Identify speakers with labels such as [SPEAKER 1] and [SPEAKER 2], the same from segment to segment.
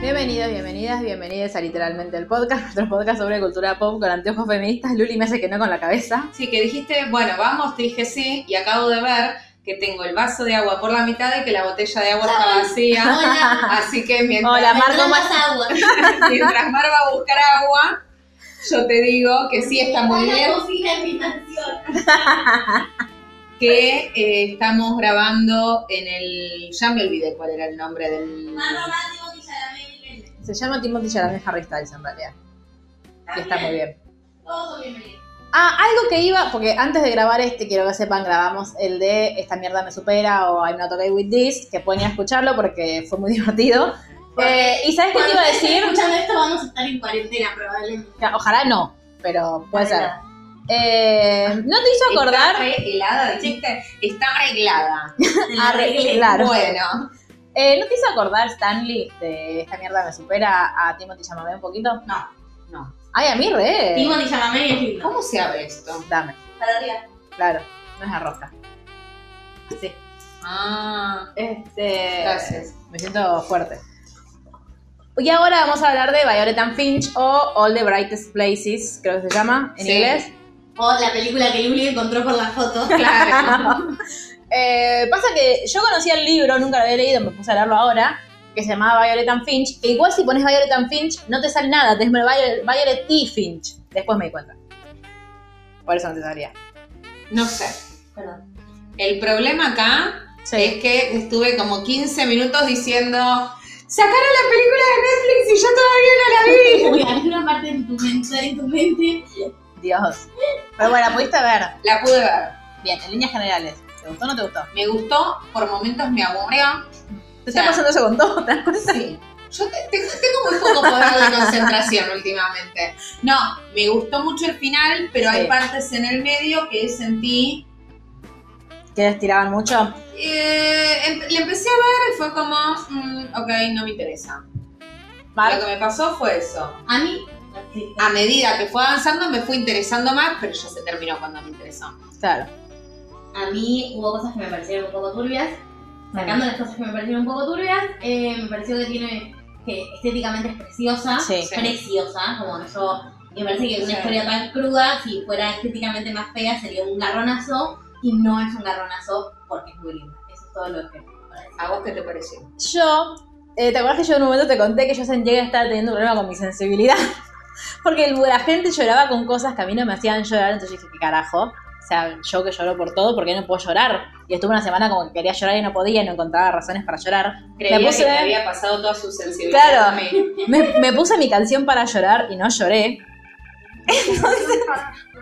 [SPEAKER 1] Bienvenidos, bienvenidas, bienvenidos a literalmente el podcast, nuestro podcast sobre cultura pop con anteojos feministas. Luli me hace que no con la cabeza.
[SPEAKER 2] Sí, que dijiste, bueno, vamos, te dije sí, y acabo de ver que tengo el vaso de agua por la mitad y que la botella de agua está vacía.
[SPEAKER 3] Hola,
[SPEAKER 2] Así que mientras,
[SPEAKER 1] Hola, Mar, ¿cómo
[SPEAKER 3] más agua.
[SPEAKER 2] mientras Mar va a buscar agua, yo te digo que sí está muy
[SPEAKER 3] Hola,
[SPEAKER 2] bien,
[SPEAKER 3] cocina en mi mansión.
[SPEAKER 2] que eh, estamos grabando en el... Ya me olvidé cuál era el nombre del...
[SPEAKER 3] Más romántico que Yaramel y Belén.
[SPEAKER 1] Se llama Timothy Chalamet Harry Styles en realidad. Y está muy bien.
[SPEAKER 3] Todos son bienvenidos.
[SPEAKER 1] Ah, algo que iba, porque antes de grabar este, quiero que sepan, grabamos el de Esta mierda me supera o I'm not okay with this, que pueden ir a escucharlo porque fue muy divertido. Eh, ¿Y sabes qué te
[SPEAKER 3] Cuando
[SPEAKER 1] iba a
[SPEAKER 3] ustedes estén
[SPEAKER 1] decir?
[SPEAKER 3] escuchando esto vamos a estar en cuarentena probablemente.
[SPEAKER 1] Ojalá no, pero puede ser. Eh, ¿No te hizo acordar?
[SPEAKER 2] Está re helada, dijiste, está arreglada.
[SPEAKER 1] Arreglar.
[SPEAKER 2] Bueno,
[SPEAKER 1] Eh, ¿No te hizo acordar Stanley de esta mierda me supera a Timothy Chalamet un poquito?
[SPEAKER 2] no, no.
[SPEAKER 1] Ay, a mí re.
[SPEAKER 3] Timothy Chalamet es lindo.
[SPEAKER 2] ¿Cómo se abre esto?
[SPEAKER 1] Dame,
[SPEAKER 3] Para arriba.
[SPEAKER 1] claro, no es la rosca.
[SPEAKER 2] Ah,
[SPEAKER 1] Este,
[SPEAKER 2] gracias.
[SPEAKER 1] Me siento fuerte. Y ahora vamos a hablar de Violet and Finch o All the Brightest Places, creo que se llama en
[SPEAKER 2] Sí.
[SPEAKER 1] inglés.
[SPEAKER 3] O la película que Luli encontró por la foto.
[SPEAKER 2] Claro.
[SPEAKER 1] Eh, pasa que yo conocía el libro, nunca lo había leído, me puse a leerlo ahora, que se llamaba Violet and Finch, que igual si pones Violet and Finch no te sale nada, te sale Violet, Violet y Finch. Después me di cuenta. Por eso no te salía.
[SPEAKER 2] No sé.
[SPEAKER 3] Perdón.
[SPEAKER 2] El problema acá
[SPEAKER 1] Sí.
[SPEAKER 2] es que estuve como 15 minutos diciendo, sacaron la película de Netflix y yo todavía no la vi.
[SPEAKER 3] Uy, hay una parte en tu mente, en tu mente.
[SPEAKER 1] Dios. Pero bueno, pudiste ver.
[SPEAKER 2] La pude ver.
[SPEAKER 1] Bien, en líneas generales. ¿Te gustó o no te gustó?
[SPEAKER 2] Me gustó, por momentos me aburrió.
[SPEAKER 1] ¿Te está pasando eso con todo? ¿Te das cuenta?
[SPEAKER 2] Sí. Yo te- tengo, tengo muy poco poder de concentración últimamente. No, me gustó mucho el final, pero
[SPEAKER 1] Sí.
[SPEAKER 2] hay partes en el medio que sentí...
[SPEAKER 1] Que estiraban mucho.
[SPEAKER 2] eh, em- le empecé a ver y fue como, mm, ok, no me interesa.
[SPEAKER 1] Mar,
[SPEAKER 2] Lo que me pasó fue eso.
[SPEAKER 3] A mí.
[SPEAKER 2] a medida que fue avanzando me fue interesando más, pero ya se terminó cuando me interesó.
[SPEAKER 1] Claro.
[SPEAKER 3] A mí hubo cosas que me parecieron un poco turbias. Sacando las cosas que me parecieron un poco turbias, eh, me pareció que tiene. que estéticamente es preciosa.
[SPEAKER 1] Sí.
[SPEAKER 2] Sí.
[SPEAKER 3] Preciosa, como que yo. y Me parece que una
[SPEAKER 2] Sí.
[SPEAKER 3] historia tan cruda, si fuera estéticamente más fea, sería un garronazo. Y no es un garronazo porque es muy linda. Eso es todo lo que.
[SPEAKER 2] ¿A vos qué te pareció?
[SPEAKER 1] Yo, eh, ¿te acuerdas que yo en un momento te conté que yo sen- llegué a estar teniendo un problema con mi sensibilidad? Porque el- la gente lloraba con cosas que a mí no me hacían llorar, entonces dije, ¿qué carajo? O sea, yo que lloro por todo, ¿por qué no puedo llorar? Y estuve una semana como que quería llorar y no podía y no encontraba razones para llorar.
[SPEAKER 2] Creía
[SPEAKER 1] puse-
[SPEAKER 2] que te había pasado toda su sensibilidad.
[SPEAKER 1] Claro.
[SPEAKER 2] a mí.
[SPEAKER 1] Me, me puse mi canción para llorar y no lloré. Entonces,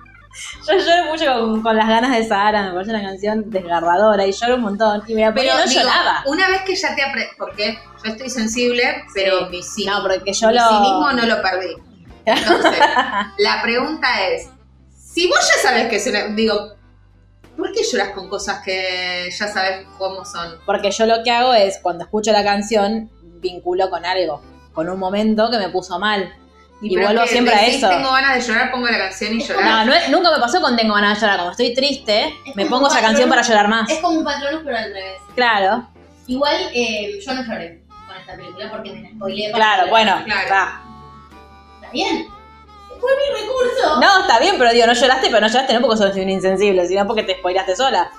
[SPEAKER 1] yo lloro mucho con, con las ganas de Sahara, me parece una canción desgarradora y lloro un montón. Y me la ponía y no
[SPEAKER 2] digo,
[SPEAKER 1] lloraba.
[SPEAKER 2] Una vez que ya te apre... porque yo estoy sensible, pero mi, sí,
[SPEAKER 1] No, porque yo
[SPEAKER 2] mi
[SPEAKER 1] lo.
[SPEAKER 2] cinismo no lo perdí. Entonces, la pregunta es, si vos ya sabes que es una... Digo, ¿por qué lloras con cosas que ya sabes cómo son?
[SPEAKER 1] Porque yo lo que hago es, cuando escucho la canción, vinculo con algo, con un momento que me puso mal. Y,
[SPEAKER 2] pero
[SPEAKER 1] vuelvo
[SPEAKER 2] que
[SPEAKER 1] siempre a
[SPEAKER 2] decís,
[SPEAKER 1] eso.
[SPEAKER 2] tengo ganas de llorar, pongo la canción y llorar.
[SPEAKER 1] No, no es- nunca me pasó con tengo ganas de llorar. Como estoy triste,
[SPEAKER 3] Es
[SPEAKER 1] me
[SPEAKER 3] como
[SPEAKER 1] pongo esa
[SPEAKER 3] cuando
[SPEAKER 1] canción
[SPEAKER 3] uno-
[SPEAKER 1] para llorar más.
[SPEAKER 3] Es como un patrón, pero al revés.
[SPEAKER 1] Claro,
[SPEAKER 3] Igual eh, yo no lloré con esta película porque me la spoileé. para
[SPEAKER 1] claro,
[SPEAKER 3] llorar.
[SPEAKER 1] bueno.
[SPEAKER 2] Claro.
[SPEAKER 1] va.
[SPEAKER 3] Está bien. Fue mi recurso.
[SPEAKER 1] No, está bien, pero digo, no lloraste, pero no lloraste no porque sos un insensible, sino porque te spoilaste sola.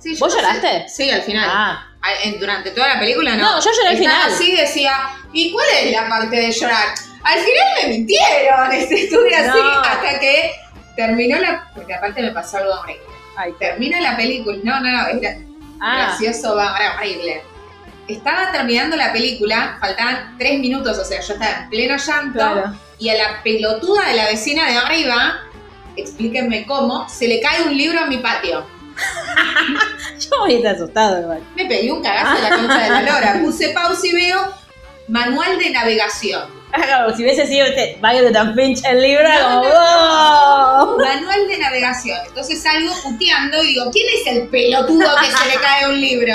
[SPEAKER 2] Sí, yo
[SPEAKER 1] ¿Vos
[SPEAKER 2] no sé.
[SPEAKER 1] lloraste?
[SPEAKER 2] Sí, al final.
[SPEAKER 1] Ah,
[SPEAKER 2] Ah, en- Durante toda la película, ¿no?
[SPEAKER 1] No, yo lloré al
[SPEAKER 2] Estaba
[SPEAKER 1] final.
[SPEAKER 2] así decía, ¿y cuál es la parte de llorar? Al final me mintieron, estuve así
[SPEAKER 1] No.
[SPEAKER 2] hasta que terminó la... Porque aparte me pasó algo horrible.
[SPEAKER 1] ahí está.
[SPEAKER 2] Termina la película, no, no, no, era
[SPEAKER 1] Ah,
[SPEAKER 2] gracioso, va, era horrible. Estaba terminando la película, faltaban tres minutos, o sea, yo estaba en pleno llanto
[SPEAKER 1] claro.
[SPEAKER 2] y a la pelotuda de la vecina de arriba, explíquenme cómo, se le cae un libro a mi patio.
[SPEAKER 1] Yo voy a estar asustado, igual.
[SPEAKER 2] Me pedí un cagazo a la concha de la lora. Puse pausa y veo manual de navegación.
[SPEAKER 1] Claro, si hubiese sido este Violet and Finch en Libra, como wow.
[SPEAKER 2] Manual de navegación. Entonces salgo puteando y digo, ¿quién es el pelotudo que se le cae un libro?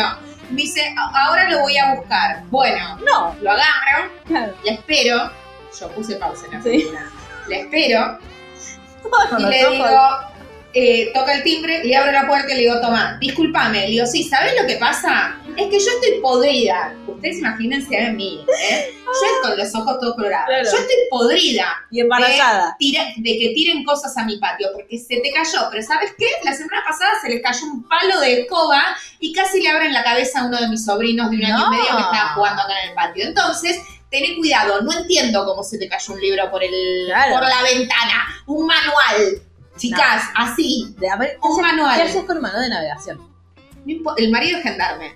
[SPEAKER 2] Me dice, "A- ahora lo voy a buscar. Bueno,
[SPEAKER 1] No.
[SPEAKER 2] lo agarro,
[SPEAKER 1] Claro.
[SPEAKER 2] le espero. Yo puse pausa en la
[SPEAKER 1] Sí.
[SPEAKER 2] película. Le espero
[SPEAKER 1] Con
[SPEAKER 2] y
[SPEAKER 1] los
[SPEAKER 2] le
[SPEAKER 1] ojos.
[SPEAKER 2] digo, eh, toca el timbre, le abro la puerta y le digo, toma, discúlpame. Le digo, sí, ¿sabes lo que pasa? Es que yo estoy podrida. Ustedes imagínense a mí, ¿eh? Yo con los ojos todos colorados.
[SPEAKER 1] Claro.
[SPEAKER 2] Yo estoy podrida
[SPEAKER 1] Y embarazada.
[SPEAKER 2] tira- de que tiren cosas a mi patio, porque se te cayó. Pero ¿sabes qué? La semana pasada se les cayó un palo de escoba y casi le abren la cabeza a uno de mis sobrinos de un año
[SPEAKER 1] No.
[SPEAKER 2] y medio que estaba jugando acá en el patio. Entonces, ten cuidado, no entiendo cómo se te cayó un libro por, el,
[SPEAKER 1] Claro.
[SPEAKER 2] por la ventana. Un manual, chicas, así.
[SPEAKER 1] De- a ver, ¿qué
[SPEAKER 2] Un
[SPEAKER 1] haces-
[SPEAKER 2] manual.
[SPEAKER 1] ¿Qué haces con un manual de navegación?
[SPEAKER 2] No impo- El marido es gendarme.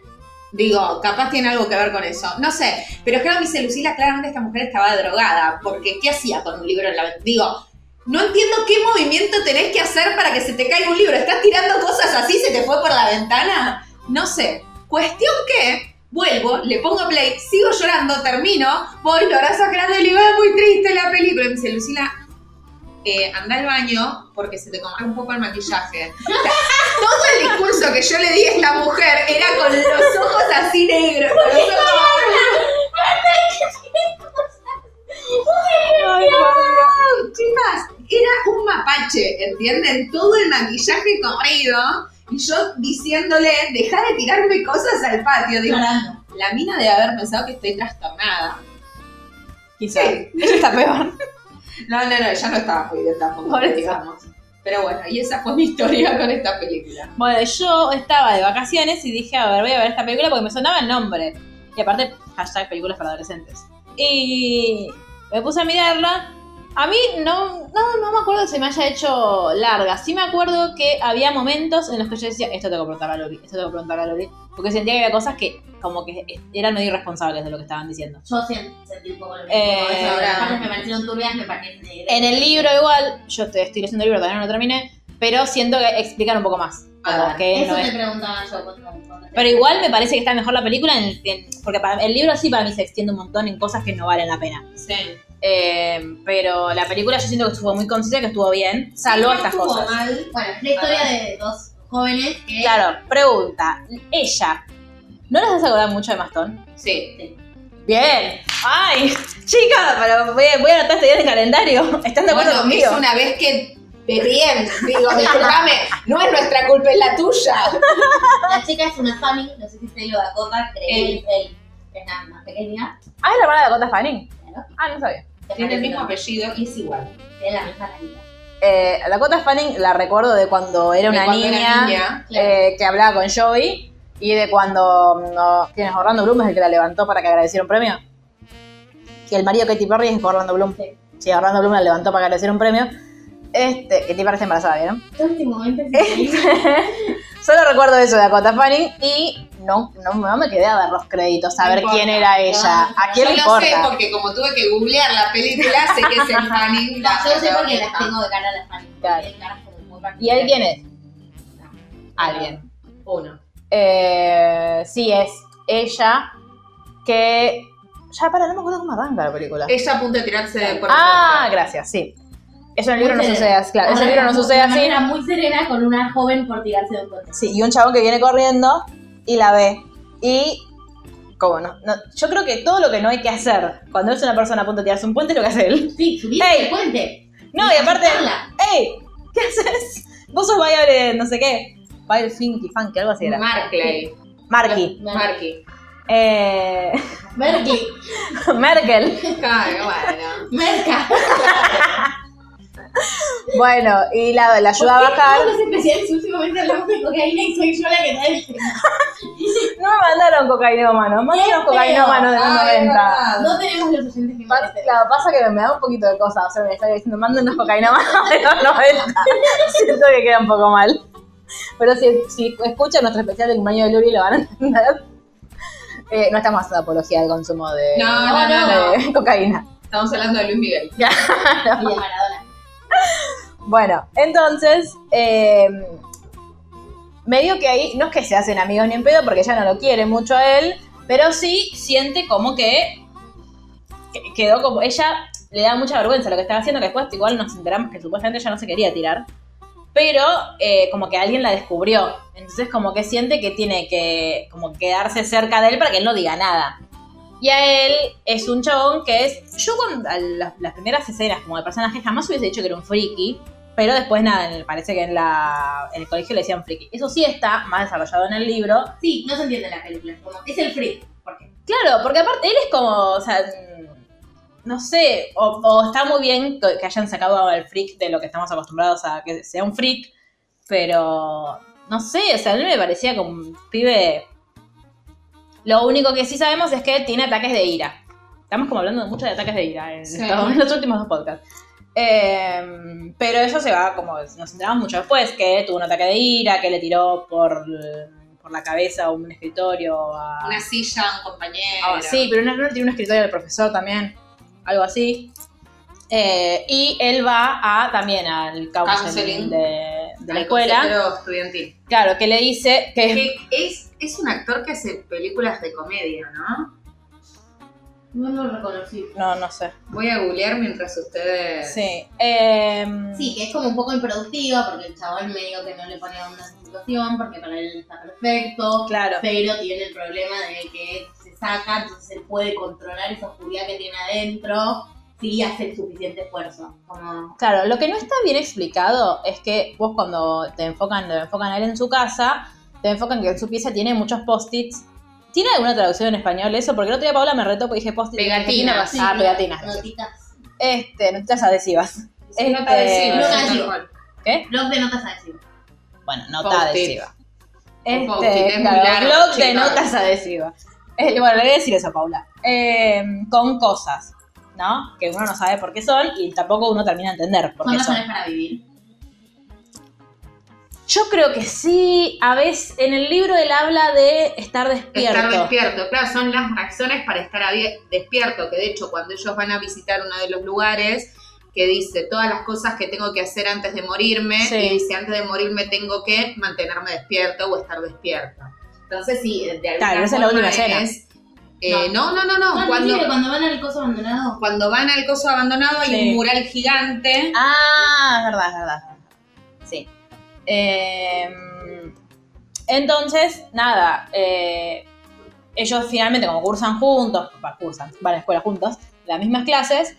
[SPEAKER 2] Digo, capaz tiene algo que ver con eso. No sé. Pero claro, me dice Lucila, claramente esta mujer estaba drogada. Porque, ¿qué hacía con un libro en la ventana? Digo, no entiendo qué movimiento tenés que hacer para que se te caiga un libro. ¿Estás tirando cosas así? ¿Se te fue por la ventana? No sé. Cuestión que vuelvo, le pongo play, sigo llorando, termino, voy, lo abrazo a Gerardo y le digo, "Ah, muy triste la película. Y me dice, Lucila, eh, anda al baño porque se te compró un poco el maquillaje. O sea, todo el discurso que yo le di a esta mujer era con los ojos así negros. con los ojos-
[SPEAKER 1] Ay,
[SPEAKER 2] Chicas, era un mapache, ¿entienden? Todo el maquillaje corrido y yo diciéndole, deja de tirarme cosas al patio. Digo,
[SPEAKER 3] Llorando.
[SPEAKER 2] la mina debe haber pensado que estoy trastornada.
[SPEAKER 1] Quizás. Ella está peor.
[SPEAKER 2] No, no, no, ya no estaba muy bien tampoco.
[SPEAKER 1] Pobre
[SPEAKER 2] digamos. Pero bueno, y esa fue mi historia con esta película.
[SPEAKER 1] Bueno, yo estaba de vacaciones y dije, a ver, voy a ver esta película porque me sonaba el nombre. Y aparte, hashtag películas para adolescentes. Y me puse a mirarla. A mí no, no, no me acuerdo que se me haya hecho larga. Sí me acuerdo que había momentos en los que yo decía, esto tengo que preguntar a Lori, esto tengo que preguntar a Lori. Porque sentía que había cosas que como que eran medio irresponsables de lo que estaban diciendo.
[SPEAKER 3] Yo sen- sentí un poco lo mismo.
[SPEAKER 1] Eh,
[SPEAKER 3] Eso,
[SPEAKER 2] ahora-
[SPEAKER 3] las partes me parecieron turbias, me parecieron negras.
[SPEAKER 1] En el libro igual, yo te estoy leyendo el libro, todavía no lo terminé, pero siento que explican un poco más.
[SPEAKER 2] Ah,
[SPEAKER 1] Como que
[SPEAKER 3] Eso
[SPEAKER 1] no
[SPEAKER 3] te
[SPEAKER 1] es-
[SPEAKER 3] preguntaba yo cuando, cuando te-
[SPEAKER 1] Pero igual me parece que está mejor la película, en el- en- porque para- el libro sí para mí se extiende un montón en cosas que no valen la pena.
[SPEAKER 2] Sí.
[SPEAKER 1] Eh, pero la película yo siento que estuvo muy concisa, que estuvo bien, salvo
[SPEAKER 2] No
[SPEAKER 1] estas
[SPEAKER 2] estuvo
[SPEAKER 1] cosas.
[SPEAKER 2] mal.
[SPEAKER 3] Bueno, es la historia de dos jóvenes que.
[SPEAKER 1] Claro, pregunta, ella, ¿no les hace acordar mucho de Mastón?
[SPEAKER 2] Sí.
[SPEAKER 1] Bien, ay, chica, pero voy, voy a anotar este día en el calendario. ¿Están de acuerdo
[SPEAKER 2] Bueno, es
[SPEAKER 1] conmigo?
[SPEAKER 2] una vez que te ríen, digo, disculpame, no es nuestra culpa, es la tuya.
[SPEAKER 3] La chica es una Fanny, no sé si se lo Dakota, creí él, que es nada más pequeña.
[SPEAKER 1] Ah, es la hermana de Dakota Fanning.
[SPEAKER 3] Claro.
[SPEAKER 1] Ah, no sabía.
[SPEAKER 2] Tiene el mismo apellido y es igual.
[SPEAKER 3] Es la misma Fanny.
[SPEAKER 1] Eh, Dakota Fanning la recuerdo de cuando era
[SPEAKER 2] De
[SPEAKER 1] una
[SPEAKER 2] cuando
[SPEAKER 1] niña,
[SPEAKER 2] era niña,
[SPEAKER 3] claro.
[SPEAKER 1] eh, que hablaba con Joey y de cuando no, ¿quién es Orlando Bloom es el que la levantó para que agradeciera un premio. Que el marido de Katy Perry es Orlando Bloom.
[SPEAKER 3] Sí.
[SPEAKER 1] Sí, Orlando Bloom la levantó para agradecer un premio. Este, Katy Perry está embarazada, ¿vieron?
[SPEAKER 3] Todo este momento es increíble.
[SPEAKER 1] Solo recuerdo eso de Dakota Fanning y no, no, no me quedé a ver los créditos, a
[SPEAKER 2] No
[SPEAKER 1] ver
[SPEAKER 2] importa.
[SPEAKER 1] quién era ella.
[SPEAKER 3] No,
[SPEAKER 1] ¿A quién
[SPEAKER 2] Yo
[SPEAKER 1] le
[SPEAKER 2] lo sé
[SPEAKER 1] importa?
[SPEAKER 2] porque como tuve que googlear la película, sé que es el Fanning. la
[SPEAKER 3] Yo sé porque las
[SPEAKER 2] protagonista.
[SPEAKER 3] tengo de cara a las Fanny.
[SPEAKER 1] Claro.
[SPEAKER 3] porque el carajo es muy
[SPEAKER 1] ¿Y
[SPEAKER 3] particular.
[SPEAKER 1] él quién es?
[SPEAKER 3] No.
[SPEAKER 1] Alguien.
[SPEAKER 2] Uno.
[SPEAKER 1] Eh, sí, es ella que. Ya, para, no me acuerdo cómo arranca la película.
[SPEAKER 2] Ella a punto de tirarse por la
[SPEAKER 1] ah,
[SPEAKER 2] puerta.
[SPEAKER 1] gracias, sí. Eso en el libro no
[SPEAKER 3] Muy
[SPEAKER 1] sucede así, claro. Eso en el libro no
[SPEAKER 3] Arranca
[SPEAKER 1] sucede
[SPEAKER 3] de
[SPEAKER 1] así.
[SPEAKER 3] manera muy serena con una joven por tirarse de un puente.
[SPEAKER 1] Sí, y un chabón que viene corriendo y la ve. Y. ¿Cómo no? no, Yo creo que todo lo que no hay que hacer cuando es una persona a punto de tirarse un puente es lo que hace él.
[SPEAKER 3] Sí, subiste
[SPEAKER 1] Ey.
[SPEAKER 3] el puente.
[SPEAKER 1] Eh, No, y aparte.
[SPEAKER 3] Carla,
[SPEAKER 1] ¡Ey! ¿Qué haces? Vos sos baile, no sé qué. Baile Finky Funky, algo así era.
[SPEAKER 2] Markley.
[SPEAKER 1] Marky.
[SPEAKER 2] Marky.
[SPEAKER 1] Eh,
[SPEAKER 3] Merky,
[SPEAKER 1] Merkel.
[SPEAKER 2] Claro, bueno.
[SPEAKER 3] Merca.
[SPEAKER 1] Bueno, y la, la ayuda a
[SPEAKER 3] ¿Por qué
[SPEAKER 1] bajar.
[SPEAKER 3] Todos los especiales últimamente hablamos de cocaína y soy yo la que trae el tema.
[SPEAKER 1] No me mandaron cocainómanos, me mandaron cocainómanos de los
[SPEAKER 2] Ah,
[SPEAKER 1] 90.
[SPEAKER 2] es verdad.
[SPEAKER 3] No tenemos los oyentes que
[SPEAKER 1] Pas-
[SPEAKER 3] merecen.
[SPEAKER 1] Claro, pasa que me da un poquito de cosa hacer un estadio diciendo, mándenos cocainómanos de los 90. Siento que queda un poco mal. Pero si, si escuchan nuestro especial del cumpleaños de Luri, lo van a entender. Eh, no estamos haciendo apología del consumo de,
[SPEAKER 2] No, no, no,
[SPEAKER 1] de cocaína.
[SPEAKER 2] Estamos hablando de Luis Miguel.
[SPEAKER 3] Y de Maradona.
[SPEAKER 1] Bueno, entonces, eh, medio que ahí, no es que se hacen amigos ni en pedo, porque ella no lo quiere mucho a él, pero sí siente como que que- quedó como. Ella le da mucha vergüenza lo que estaba haciendo, que después igual nos enteramos que supuestamente ella no se quería tirar. Pero eh, como que alguien la descubrió. Entonces como que siente que tiene que como quedarse cerca de él para que él no diga nada. Y a él es un chabón que es. Yo con a las, las primeras escenas como de personaje jamás hubiese dicho que era un friki. Pero después nada, en el- parece que en, la, en el colegio le decían friki. Eso sí está más desarrollado en el libro.
[SPEAKER 3] Sí, no se entiende la película. Como, es el freak. Porque
[SPEAKER 1] Claro, porque aparte él es como, o sea, mm, no sé, o, o está muy bien que, que hayan sacado al freak de lo que estamos acostumbrados a que sea un freak, pero no sé, o sea, a mí me parecía como un pibe. Lo único que sí sabemos es que tiene ataques de ira. Estamos como hablando mucho de ataques de ira en,
[SPEAKER 2] Sí.
[SPEAKER 1] estos- en los últimos dos podcasts. Eh, pero eso se va como, nos enteramos mucho después, que tuvo un ataque de ira, que le tiró por, por la cabeza un escritorio a
[SPEAKER 2] Una silla, un compañero.
[SPEAKER 1] Ah, sí, pero no, no tiene un escritorio del profesor también, algo así. Eh, y él va a también al counseling
[SPEAKER 2] Counseling.
[SPEAKER 1] de, de la
[SPEAKER 2] Al
[SPEAKER 1] escuela.
[SPEAKER 2] consejero estudiantil.
[SPEAKER 1] Claro, que le dice que
[SPEAKER 2] Que es, es un actor que hace películas de comedia, ¿no?
[SPEAKER 3] no lo reconocí.
[SPEAKER 1] no, no sé.
[SPEAKER 2] Voy a googlear mientras ustedes...
[SPEAKER 1] Sí. em,
[SPEAKER 3] Sí, que es como un poco improductivo porque el chabón medio que no le pone a una situación porque para él está perfecto.
[SPEAKER 1] Claro.
[SPEAKER 3] Pero tiene el problema de que se saca, entonces él puede controlar esa oscuridad que tiene adentro si hace el suficiente esfuerzo. Como,
[SPEAKER 1] Claro, lo que no está bien explicado es que vos cuando te enfocan, lo enfocan a él en su casa, te enfocan que en su pieza tiene muchos post-its. ¿Tiene alguna traducción en español eso? Porque el otro día Paula me retó porque dije post-its.
[SPEAKER 2] Pegatinas.
[SPEAKER 1] Ah, pegatinas.
[SPEAKER 3] Notitas.
[SPEAKER 1] Este, notas adhesivas.
[SPEAKER 2] Es
[SPEAKER 1] Este,
[SPEAKER 2] nota adhesiva,
[SPEAKER 3] nota
[SPEAKER 2] sí,
[SPEAKER 3] adhesiva.
[SPEAKER 2] tal cual.
[SPEAKER 3] Blog de notas adhesivas.
[SPEAKER 1] Bueno, nota
[SPEAKER 2] Post-it.
[SPEAKER 1] adhesiva.
[SPEAKER 2] Un post-it, es
[SPEAKER 1] Este,
[SPEAKER 2] muy
[SPEAKER 1] claro,
[SPEAKER 2] largo,
[SPEAKER 1] blog de
[SPEAKER 2] chicos.
[SPEAKER 1] notas adhesivas. Eh, bueno, le voy a decir eso a Paula. Eh, con cosas, ¿no? Que uno no sabe por qué son y tampoco uno termina de entender por
[SPEAKER 3] Son
[SPEAKER 1] qué son.
[SPEAKER 3] razones para vivir.
[SPEAKER 1] Yo creo que sí, a veces en el libro él habla de estar despierto.
[SPEAKER 2] Estar despierto, claro, son las razones para estar abie- despierto, que de hecho cuando ellos van a visitar uno de los lugares, que dice todas las cosas que tengo que hacer antes de morirme,
[SPEAKER 1] Sí.
[SPEAKER 2] y dice antes de morirme tengo que mantenerme despierto o estar despierto. Entonces sí, de alguna
[SPEAKER 1] Claro, esa es la
[SPEAKER 2] forma
[SPEAKER 1] última escena.
[SPEAKER 2] es- eh, no. no, no, no,
[SPEAKER 1] Ah,
[SPEAKER 3] No, cuando...
[SPEAKER 2] cuando,
[SPEAKER 3] cuando van al coso abandonado.
[SPEAKER 2] cuando van al coso abandonado hay
[SPEAKER 1] Sí.
[SPEAKER 2] un mural gigante.
[SPEAKER 1] Ah, es verdad, es verdad. es verdad. Sí. Eh, entonces, nada, eh, ellos finalmente como cursan juntos, va, cursan, van a la escuela juntos, las mismas clases.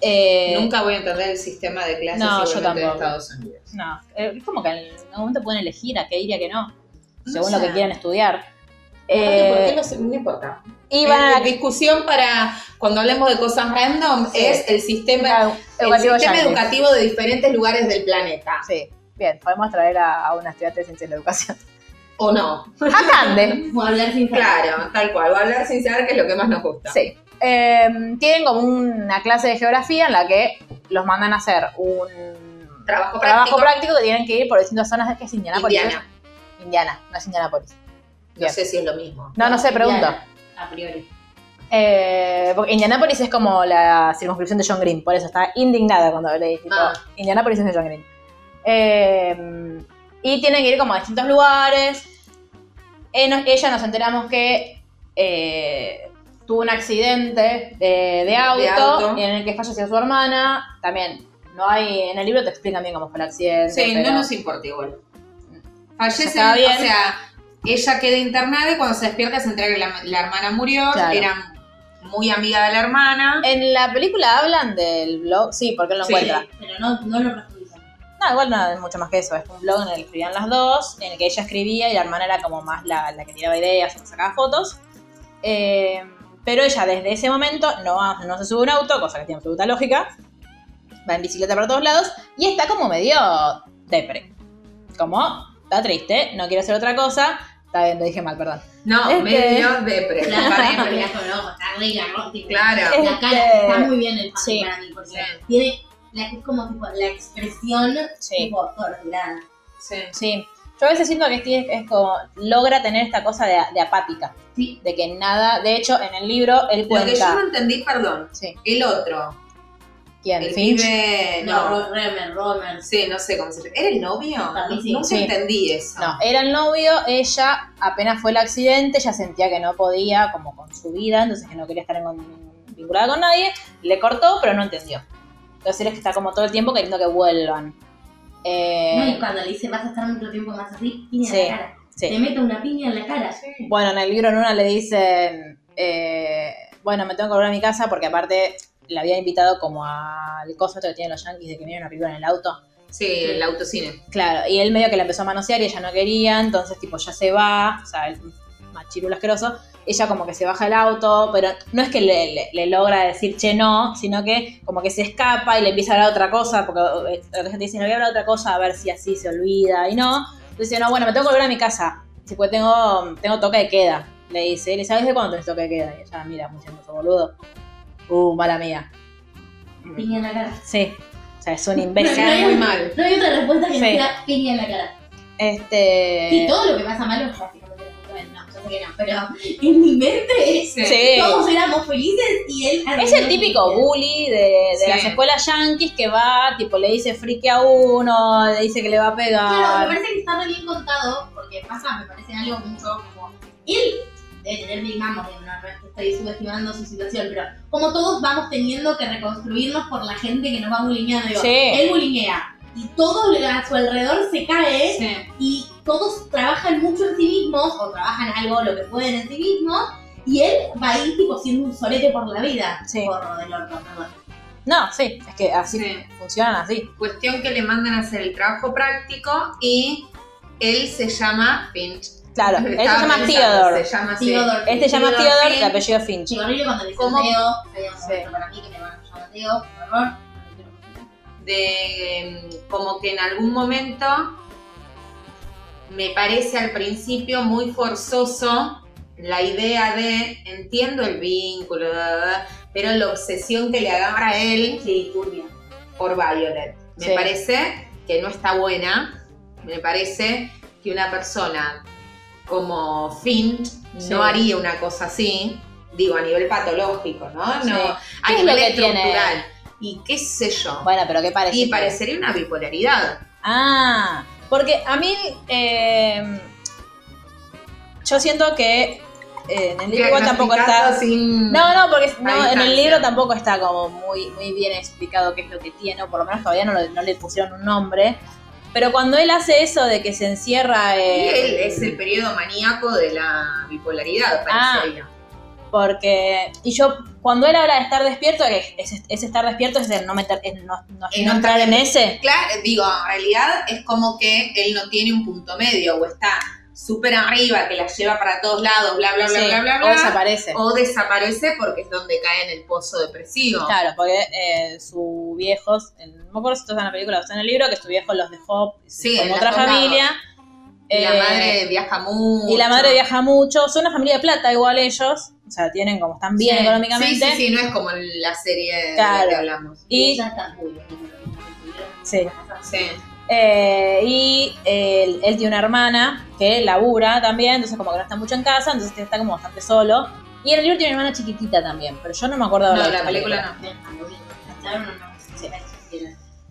[SPEAKER 1] eh,
[SPEAKER 2] Nunca voy a entender el sistema de clases
[SPEAKER 1] No, yo
[SPEAKER 2] igualmente de
[SPEAKER 1] tampoco.
[SPEAKER 2] Estados Unidos.
[SPEAKER 1] No, eh, es como que en algún momento pueden elegir a qué ir y a qué no, según lo
[SPEAKER 2] sé.
[SPEAKER 1] que quieran estudiar.
[SPEAKER 2] Aparte, ¿por qué
[SPEAKER 1] Eh,
[SPEAKER 2] los- no importa.
[SPEAKER 1] y van a
[SPEAKER 2] Eh,
[SPEAKER 1] la
[SPEAKER 2] discusión para cuando hablemos de cosas random
[SPEAKER 1] Sí. Ah,
[SPEAKER 2] es el sistema,
[SPEAKER 1] clínica
[SPEAKER 2] el
[SPEAKER 1] educativa
[SPEAKER 2] sistema
[SPEAKER 1] yankee.
[SPEAKER 2] educativo de diferentes lugares del planeta.
[SPEAKER 1] Sí, bien, podemos traer a, a una estudiante de ciencias de la educación.
[SPEAKER 2] ¿O no?
[SPEAKER 1] A Cande.
[SPEAKER 3] O hablar sin saber.
[SPEAKER 2] Claro, tal cual. Va a hablar sin saber que es lo que más nos gusta.
[SPEAKER 1] Sí. Eh, tienen como una clase de geografía en la que los mandan a hacer un
[SPEAKER 2] Trabajo
[SPEAKER 1] trabajo
[SPEAKER 2] práctico.
[SPEAKER 1] práctico que tienen que ir por distintas zonas que es Indianápolis.
[SPEAKER 2] Indiana.
[SPEAKER 1] ¿es? Indiana, no es Indianápolis.
[SPEAKER 2] No
[SPEAKER 1] Bien.
[SPEAKER 2] sé si es lo mismo.
[SPEAKER 1] No, no sé, pregunto.
[SPEAKER 3] Indiana, A priori.
[SPEAKER 1] Eh, porque Indianápolis es como la circunscripción de John Green, por eso estaba indignada cuando leí. Tipo,
[SPEAKER 2] Ah.
[SPEAKER 1] Indianápolis es de John Green. Eh, y tienen que ir como a distintos lugares. Eh, nos- ella nos enteramos que eh, tuvo un accidente de, de auto
[SPEAKER 2] auto.
[SPEAKER 1] en el que falleció su hermana. También, no hay. En el libro te explican bien cómo fue el accidente.
[SPEAKER 2] Sí, no
[SPEAKER 1] pero-
[SPEAKER 2] nos importa igual. Fallece,
[SPEAKER 1] Está bien.
[SPEAKER 2] o sea, ella queda internada y cuando se despierta se entera que la, la hermana murió.
[SPEAKER 1] Claro.
[SPEAKER 2] Era muy amiga de la hermana.
[SPEAKER 1] En la película hablan del blog. Sí, porque él lo
[SPEAKER 2] Sí.
[SPEAKER 1] encuentra.
[SPEAKER 3] Pero no, no lo profundizan.
[SPEAKER 1] No, igual no es mucho más que eso. Es un blog en el que escribían las dos, en el que ella escribía y la hermana era como más la, la que tiraba ideas y sacaba fotos. Eh, pero ella desde ese momento no, no se sube a un auto, cosa que tiene absoluta lógica. Va en bicicleta para todos lados y está como medio depre. Como, está triste, no quiere hacer otra cosa. Está bien, lo dije mal, perdón.
[SPEAKER 2] No,
[SPEAKER 1] Este-
[SPEAKER 2] medio depre.
[SPEAKER 3] Claro, porque la conozco, está re garrón,
[SPEAKER 2] Claro.
[SPEAKER 3] La cara
[SPEAKER 1] Este-
[SPEAKER 3] está muy bien el fan
[SPEAKER 1] Sí.
[SPEAKER 3] para mí, porque
[SPEAKER 2] Sí.
[SPEAKER 3] tiene la que es como tipo la expresión
[SPEAKER 1] Sí.
[SPEAKER 3] tipo torturada.
[SPEAKER 2] Sí.
[SPEAKER 1] Sí. Yo a veces siento que Steve es como, logra tener esta cosa de, de apática.
[SPEAKER 3] Sí.
[SPEAKER 1] De que nada, de hecho, en el libro él
[SPEAKER 2] Lo que yo no
[SPEAKER 1] cuenta.
[SPEAKER 2] entendí, perdón,
[SPEAKER 1] Sí.
[SPEAKER 2] el otro,
[SPEAKER 1] ¿Quién?
[SPEAKER 2] el
[SPEAKER 1] Finch.
[SPEAKER 2] pibe,
[SPEAKER 3] No,
[SPEAKER 2] no,
[SPEAKER 3] Ro- Remer, Romer.
[SPEAKER 2] Sí, no sé cómo se llama. ¿Era el novio?
[SPEAKER 3] Para mí sí.
[SPEAKER 2] Nunca
[SPEAKER 1] Sí.
[SPEAKER 2] entendí eso.
[SPEAKER 1] No, era el novio, ella apenas fue el accidente, ya sentía que no podía como con su vida, entonces que no quería estar en con- vinculada con nadie, le cortó, pero no entendió. Entonces él es que está como todo el tiempo queriendo que vuelvan.
[SPEAKER 3] No,
[SPEAKER 1] Eh,
[SPEAKER 3] y cuando le dice, vas a estar mucho tiempo más así, piña
[SPEAKER 1] Sí,
[SPEAKER 3] en la cara.
[SPEAKER 1] sí.
[SPEAKER 3] Te meto una piña en la cara.
[SPEAKER 1] Bueno, en el libro en una le dicen, eh, bueno, me tengo que volver a mi casa porque aparte la había invitado como al coso este que tienen los yankees de que miren una película en el auto.
[SPEAKER 2] Sí, el autocine.
[SPEAKER 1] Claro, y él medio que la empezó a manosear y ella no quería, entonces tipo ya se va, o sea, el machirulo asqueroso. Ella como que se baja el auto, pero no es que le, le- le logra decir che no, sino que como que se escapa y le empieza a hablar otra cosa, porque eh, la gente dice, no voy a hablar otra cosa, a ver si así se olvida, y no. Entonces dice, no, bueno, me tengo que volver a mi casa, Dice, pues tengo, tengo toque de queda, le dice, le sabes de cuándo tenés toque de queda, y ella mira, mucho, mucho boludo. Uh, mala mía.
[SPEAKER 3] Piña en la cara.
[SPEAKER 1] Sí, o sea, es un
[SPEAKER 2] Me
[SPEAKER 1] imbécil.
[SPEAKER 2] cae muy mal.
[SPEAKER 3] No hay otra respuesta que no
[SPEAKER 1] Sí.
[SPEAKER 3] sea piña en la cara.
[SPEAKER 1] Este...
[SPEAKER 3] Y todo lo que pasa malo es básicamente la culpa de él. No, yo sé que no, pero en mi mente
[SPEAKER 2] Sí.
[SPEAKER 1] Sí.
[SPEAKER 3] todos éramos felices y él...
[SPEAKER 1] Es el típico bully de, de
[SPEAKER 2] Sí.
[SPEAKER 1] las escuelas yanquis que va, tipo, le dice friki a uno, le dice que le va a
[SPEAKER 3] Claro, me
[SPEAKER 1] pegar.
[SPEAKER 3] parece que está re bien contado, porque pasa, me parece algo mucho como. Él debe tener Big Mama, digo, no, no es que estoy subestimando su situación, pero como todos vamos teniendo que reconstruirnos por la gente que nos va bulineando, digo,
[SPEAKER 1] Sí.
[SPEAKER 3] él bulinea. Y todo lo- a su alrededor se cae
[SPEAKER 2] Sí.
[SPEAKER 3] y todos trabajan mucho en sí mismos, o trabajan algo lo que pueden en sí mismos, y él va ahí tipo siendo un solete por la vida.
[SPEAKER 1] Sí.
[SPEAKER 3] Por del orto, perdón.
[SPEAKER 1] No, sí, es que así
[SPEAKER 2] Sí.
[SPEAKER 1] funcionan así.
[SPEAKER 2] Cuestión que le mandan a hacer el trabajo práctico y él se llama Finch.
[SPEAKER 1] Claro, él se
[SPEAKER 2] Estaba
[SPEAKER 1] llama
[SPEAKER 2] pensando,
[SPEAKER 1] Theodore.
[SPEAKER 2] Se llama así.
[SPEAKER 3] Theodore,
[SPEAKER 1] Este se llama
[SPEAKER 2] Theodore
[SPEAKER 1] Theodore, el
[SPEAKER 2] Finch.
[SPEAKER 1] apellido Finch.
[SPEAKER 3] Chicorrillo cuando le dice
[SPEAKER 2] ¿Cómo?
[SPEAKER 3] Teo, había un
[SPEAKER 1] Sí.
[SPEAKER 3] momento para mí que me van a llamar Teo, por favor.
[SPEAKER 2] de mm, como que en algún momento me parece al principio muy forzoso la idea de entiendo el vínculo, da, da, da, pero la obsesión que le agarra a él
[SPEAKER 3] Sí, turbia.
[SPEAKER 2] por Violet. Me
[SPEAKER 1] Sí.
[SPEAKER 2] parece que no está buena. Me parece que una persona como Finn
[SPEAKER 1] Sí.
[SPEAKER 2] no haría una cosa así. Digo, a nivel patológico, ¿no? no
[SPEAKER 1] Sí.
[SPEAKER 2] A
[SPEAKER 1] ¿Qué es lo
[SPEAKER 2] nivel
[SPEAKER 1] que tiene?
[SPEAKER 2] estructural. Y qué sé yo.
[SPEAKER 1] Bueno, pero ¿qué parece?
[SPEAKER 2] Y parecería una bipolaridad.
[SPEAKER 1] Ah, porque a mí. eh, yo siento que. eh, en el libro igual tampoco está.
[SPEAKER 2] Diagnosticado sin-
[SPEAKER 1] No, no, porque no, en
[SPEAKER 2] distancia.
[SPEAKER 1] el libro tampoco está como muy, muy bien explicado qué es lo que tiene, o por lo menos todavía no, lo- no le pusieron un nombre. Pero cuando él hace eso de que se encierra
[SPEAKER 2] Y él
[SPEAKER 1] eh,
[SPEAKER 2] es el periodo maníaco de la bipolaridad,
[SPEAKER 1] Ah.
[SPEAKER 2] parecería.
[SPEAKER 1] porque y yo cuando él habla de estar despierto, que es, es estar despierto es de no meter, es no, no-
[SPEAKER 2] Es
[SPEAKER 1] no
[SPEAKER 2] no
[SPEAKER 1] entrar en ese.
[SPEAKER 2] Claro, digo, en realidad es como que él no tiene un punto medio, o está súper arriba, que la lleva para todos lados, bla, bla, bla,
[SPEAKER 1] Sí,
[SPEAKER 2] bla, bla, Oh.
[SPEAKER 1] o
[SPEAKER 2] bla.
[SPEAKER 1] desaparece.
[SPEAKER 2] o desaparece porque es donde cae en el pozo depresivo.
[SPEAKER 1] Claro, porque eh, su viejo, no me acuerdo si esto está en la película o está en el libro, que su viejo los dejó
[SPEAKER 2] Sí, en
[SPEAKER 1] con otra
[SPEAKER 2] otro lado.
[SPEAKER 1] familia.
[SPEAKER 2] Y la
[SPEAKER 1] Eh,
[SPEAKER 2] madre viaja mucho.
[SPEAKER 1] Y la madre viaja mucho, son una familia de plata igual ellos, o sea, tienen como están bien
[SPEAKER 2] Sí,
[SPEAKER 1] económicamente.
[SPEAKER 2] Sí, sí, sí, no es como la serie de
[SPEAKER 1] Claro.
[SPEAKER 2] la que hablamos.
[SPEAKER 1] Y,
[SPEAKER 3] ya está turbia.
[SPEAKER 1] sí.
[SPEAKER 2] Sí.
[SPEAKER 1] Eh, y él, él tiene una hermana que labura también, entonces como que no está mucho en casa, entonces está como bastante solo. Y en el libro tiene una hermana chiquitita también, pero yo no me acuerdo de
[SPEAKER 2] No,
[SPEAKER 1] haber
[SPEAKER 2] la
[SPEAKER 1] visto
[SPEAKER 2] película no.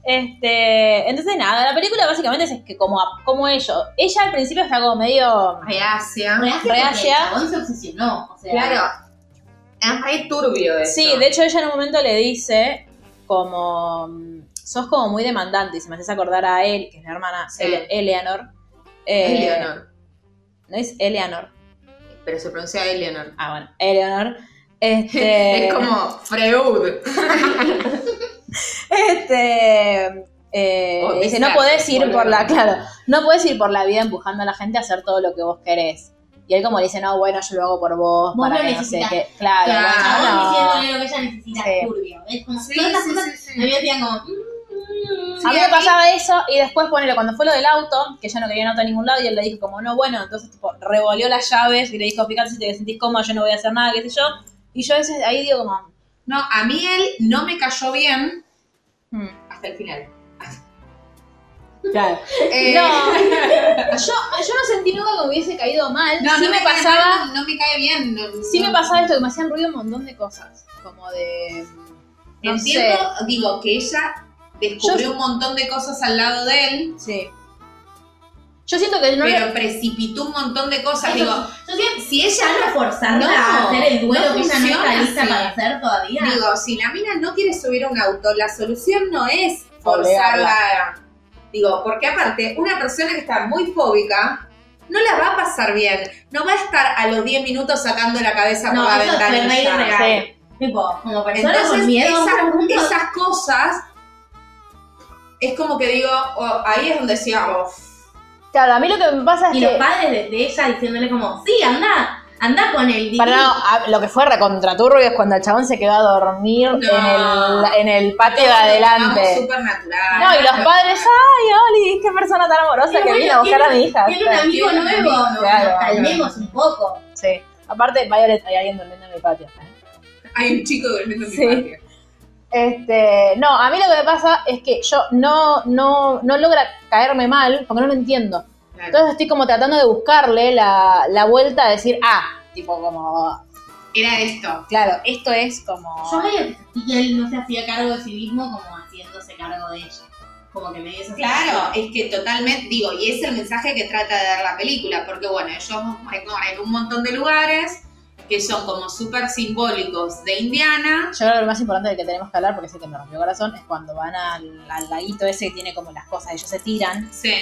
[SPEAKER 1] Este, entonces nada, la película básicamente es que como, a- como ellos, ella al principio está como medio...
[SPEAKER 2] Reacia.
[SPEAKER 1] Reacia.
[SPEAKER 3] Reacia. se obsesionó. O sea,
[SPEAKER 2] Claro. Es re turbio eso.
[SPEAKER 1] Sí, de hecho ella en un momento le dice como mm, sos como muy demandante y si me haces acordar a él, que es la hermana
[SPEAKER 2] Sí.
[SPEAKER 1] Ele- Eleanor. eh,
[SPEAKER 2] Eleanor.
[SPEAKER 1] No es Eleanor.
[SPEAKER 2] Pero se pronuncia Eleanor.
[SPEAKER 1] Ah, bueno, Eleanor. Este,
[SPEAKER 2] Es como Freud.
[SPEAKER 1] Este. eh,
[SPEAKER 2] O
[SPEAKER 1] dice,
[SPEAKER 2] Bismarck,
[SPEAKER 1] no podés ir por la.
[SPEAKER 2] boludo.
[SPEAKER 1] Claro, no podés ir por la vida empujando a la gente a hacer todo lo que vos querés. Y él como le dice, no, bueno, yo lo hago por vos,
[SPEAKER 3] Vos
[SPEAKER 1] para
[SPEAKER 3] lo
[SPEAKER 1] que no sé
[SPEAKER 3] necesitas.
[SPEAKER 1] qué. Claro,
[SPEAKER 2] Claro.
[SPEAKER 1] bueno, no.
[SPEAKER 3] Chabón diciéndole lo que ella necesita,
[SPEAKER 1] Ah. Sí.
[SPEAKER 3] turbio. ¿Ves? Como
[SPEAKER 2] Sí,
[SPEAKER 3] todas esas
[SPEAKER 2] sí,
[SPEAKER 3] cosas,
[SPEAKER 2] sí, sí.
[SPEAKER 3] a mí me decían como... mm,
[SPEAKER 1] A mí
[SPEAKER 2] Sí,
[SPEAKER 1] me
[SPEAKER 2] a mí-
[SPEAKER 1] pasaba eso y después, ponele, cuando fue lo del auto, que ya no quería un auto a ningún lado y él le dijo como, no, bueno, entonces tipo, revolvió las llaves y le dijo, fíjate si te sentís cómoda, yo no voy a hacer nada, qué sé yo. Y yo a veces ahí digo como,
[SPEAKER 2] No, a mí él no me cayó bien
[SPEAKER 1] hmm,
[SPEAKER 2] hasta el final.
[SPEAKER 1] claro.
[SPEAKER 2] Eh,
[SPEAKER 1] No, yo, yo no sentí nunca que me hubiese caído mal.
[SPEAKER 2] no,
[SPEAKER 1] sí
[SPEAKER 2] no
[SPEAKER 1] me
[SPEAKER 2] cae
[SPEAKER 1] pasaba,
[SPEAKER 2] mal, no me cae bien. no-
[SPEAKER 1] sí me
[SPEAKER 2] no-
[SPEAKER 1] pasaba esto, que me hacían ruido un montón de cosas, como de... No
[SPEAKER 2] Entiendo, digo, que ella descubrió
[SPEAKER 1] Yo-
[SPEAKER 2] un montón de cosas al lado de él,
[SPEAKER 1] sé, sí.
[SPEAKER 4] Yo siento que no le-
[SPEAKER 2] Pero precipitó un montón de cosas.
[SPEAKER 3] Eso-
[SPEAKER 2] Digo,
[SPEAKER 3] Yo siento- si ella no forzarla
[SPEAKER 2] No,
[SPEAKER 3] a hacer el duelo
[SPEAKER 2] no
[SPEAKER 3] que ella no está
[SPEAKER 2] funciona
[SPEAKER 3] lista
[SPEAKER 2] así.
[SPEAKER 3] para hacer todavía.
[SPEAKER 2] digo, si la mina no quiere subir a un auto, la solución no es
[SPEAKER 4] Obligarla.
[SPEAKER 2] forzarla. Digo, porque aparte, una persona que está muy fóbica no la va a pasar bien. No va a estar a los 10 minutos sacando la cabeza
[SPEAKER 3] no,
[SPEAKER 2] por la
[SPEAKER 3] eso es re
[SPEAKER 2] ventanilla.
[SPEAKER 3] irreal. Tipo, como persona
[SPEAKER 2] Entonces,
[SPEAKER 3] con miedo.
[SPEAKER 2] esas,
[SPEAKER 3] un punto-
[SPEAKER 2] esas cosas es como que digo, oh, ahí es donde oh, decíamos,
[SPEAKER 1] Claro, a mí lo que me pasa es
[SPEAKER 3] Y los
[SPEAKER 1] que.
[SPEAKER 3] padres de, de ella diciéndole como, sí, anda, anda con él.
[SPEAKER 1] Para no, a- lo que fue recontraturbio es cuando el chabón se quedó a dormir
[SPEAKER 2] No.
[SPEAKER 1] en, el, en el patio de adelante.
[SPEAKER 2] Súper natural.
[SPEAKER 1] No, y los padres, ay, Oli, qué persona tan amorosa que vino a buscar a mi hija.
[SPEAKER 3] Tiene un amigo
[SPEAKER 2] Tiene un
[SPEAKER 3] nuevo,
[SPEAKER 2] amigo,
[SPEAKER 3] nos
[SPEAKER 1] claro.
[SPEAKER 3] calmemos un poco.
[SPEAKER 1] Sí. Aparte, Violet, hay alguien durmiendo en mi patio. ¿eh?
[SPEAKER 2] Hay un chico durmiendo en mi
[SPEAKER 1] Sí.
[SPEAKER 2] patio.
[SPEAKER 1] Este, no, a mí lo que me pasa es que yo no, no, no logra caerme mal porque no lo entiendo.
[SPEAKER 2] Claro.
[SPEAKER 1] Entonces estoy como tratando de buscarle la, la vuelta a decir, ah, tipo como,
[SPEAKER 2] Era esto.
[SPEAKER 1] claro, esto es como...
[SPEAKER 3] Yo medio que sentí que él no se hacía cargo de sí mismo como haciéndose cargo de ella. Como que me dio esa
[SPEAKER 2] Claro,
[SPEAKER 3] sensación.
[SPEAKER 2] es que totalmente, digo, y es el mensaje que trata de dar la película, porque bueno, ellos recorren un montón de lugares que son como súper simbólicos de Indiana.
[SPEAKER 1] Yo creo que lo más importante del que tenemos que hablar, porque sé que me rompió el corazón, es cuando van al, al laguito ese que tiene como las cosas, ellos se tiran.
[SPEAKER 2] Sí,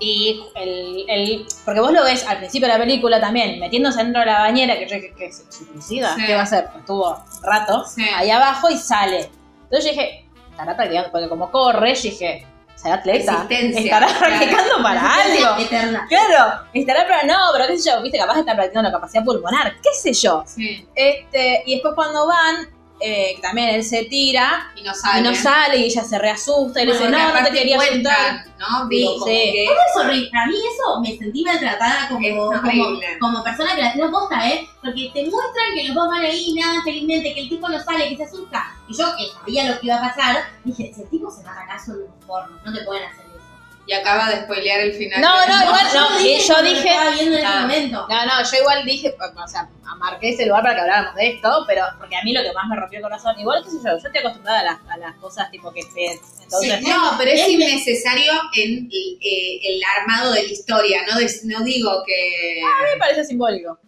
[SPEAKER 1] Y el, el- Porque vos lo ves al principio de la película también, metiéndose dentro de la bañera, que yo dije, ¿qué es? ¿Suicida?
[SPEAKER 2] Sí.
[SPEAKER 1] ¿Qué va a hacer? Estuvo un rato.
[SPEAKER 2] sí.
[SPEAKER 1] ahí abajo y sale. Entonces yo dije, estará practicando, porque como corre, yo dije, será atleta.
[SPEAKER 2] Resistencia,
[SPEAKER 1] Estará
[SPEAKER 2] claro.
[SPEAKER 1] practicando para algo.
[SPEAKER 3] Eterna.
[SPEAKER 1] Claro, estará para no, pero qué sé yo, viste, capaz está practicando la capacidad pulmonar, qué sé yo.
[SPEAKER 2] sí.
[SPEAKER 1] Este, y después cuando van, eh, también él se tira
[SPEAKER 2] Y no saben.
[SPEAKER 1] y no sale y ella se reasusta y le
[SPEAKER 2] Bueno,
[SPEAKER 1] dice,
[SPEAKER 2] porque
[SPEAKER 1] no, no te
[SPEAKER 2] aparte
[SPEAKER 1] quería asustar.
[SPEAKER 2] cuentan, ¿no? Digo,
[SPEAKER 1] Sí,
[SPEAKER 2] como
[SPEAKER 1] sí.
[SPEAKER 2] que
[SPEAKER 3] Eso, re- a mí eso me sentí maltratada
[SPEAKER 2] Es
[SPEAKER 3] como, como,
[SPEAKER 2] horrible.
[SPEAKER 3] como persona que la hacía posta, ¿eh? Porque te muestran que los dos van ahí, nada, felizmente, que el tipo no sale, que se asusta. Y yo, que sabía lo que iba a pasar, dije, si el tipo se va a ganar solo un porno, no te pueden hacer eso.
[SPEAKER 2] Y acaba de spoilear el final.
[SPEAKER 1] No, no, igual no,
[SPEAKER 3] lo
[SPEAKER 1] y yo
[SPEAKER 3] cuando lo
[SPEAKER 1] dije-
[SPEAKER 3] Estaba viendo en ese
[SPEAKER 1] Ah.
[SPEAKER 3] momento.
[SPEAKER 1] No, no, yo igual dije, o sea, marqué ese lugar para que habláramos de esto, pero porque a mí lo que más me rompió el corazón, igual qué sé yo, yo estoy acostumbrada a las, a las cosas tipo que se, entonces
[SPEAKER 2] Sí, no, pero es
[SPEAKER 3] Es-
[SPEAKER 2] innecesario en eh, el armado de la historia, no, Des- no digo que...
[SPEAKER 1] me parece simbólico.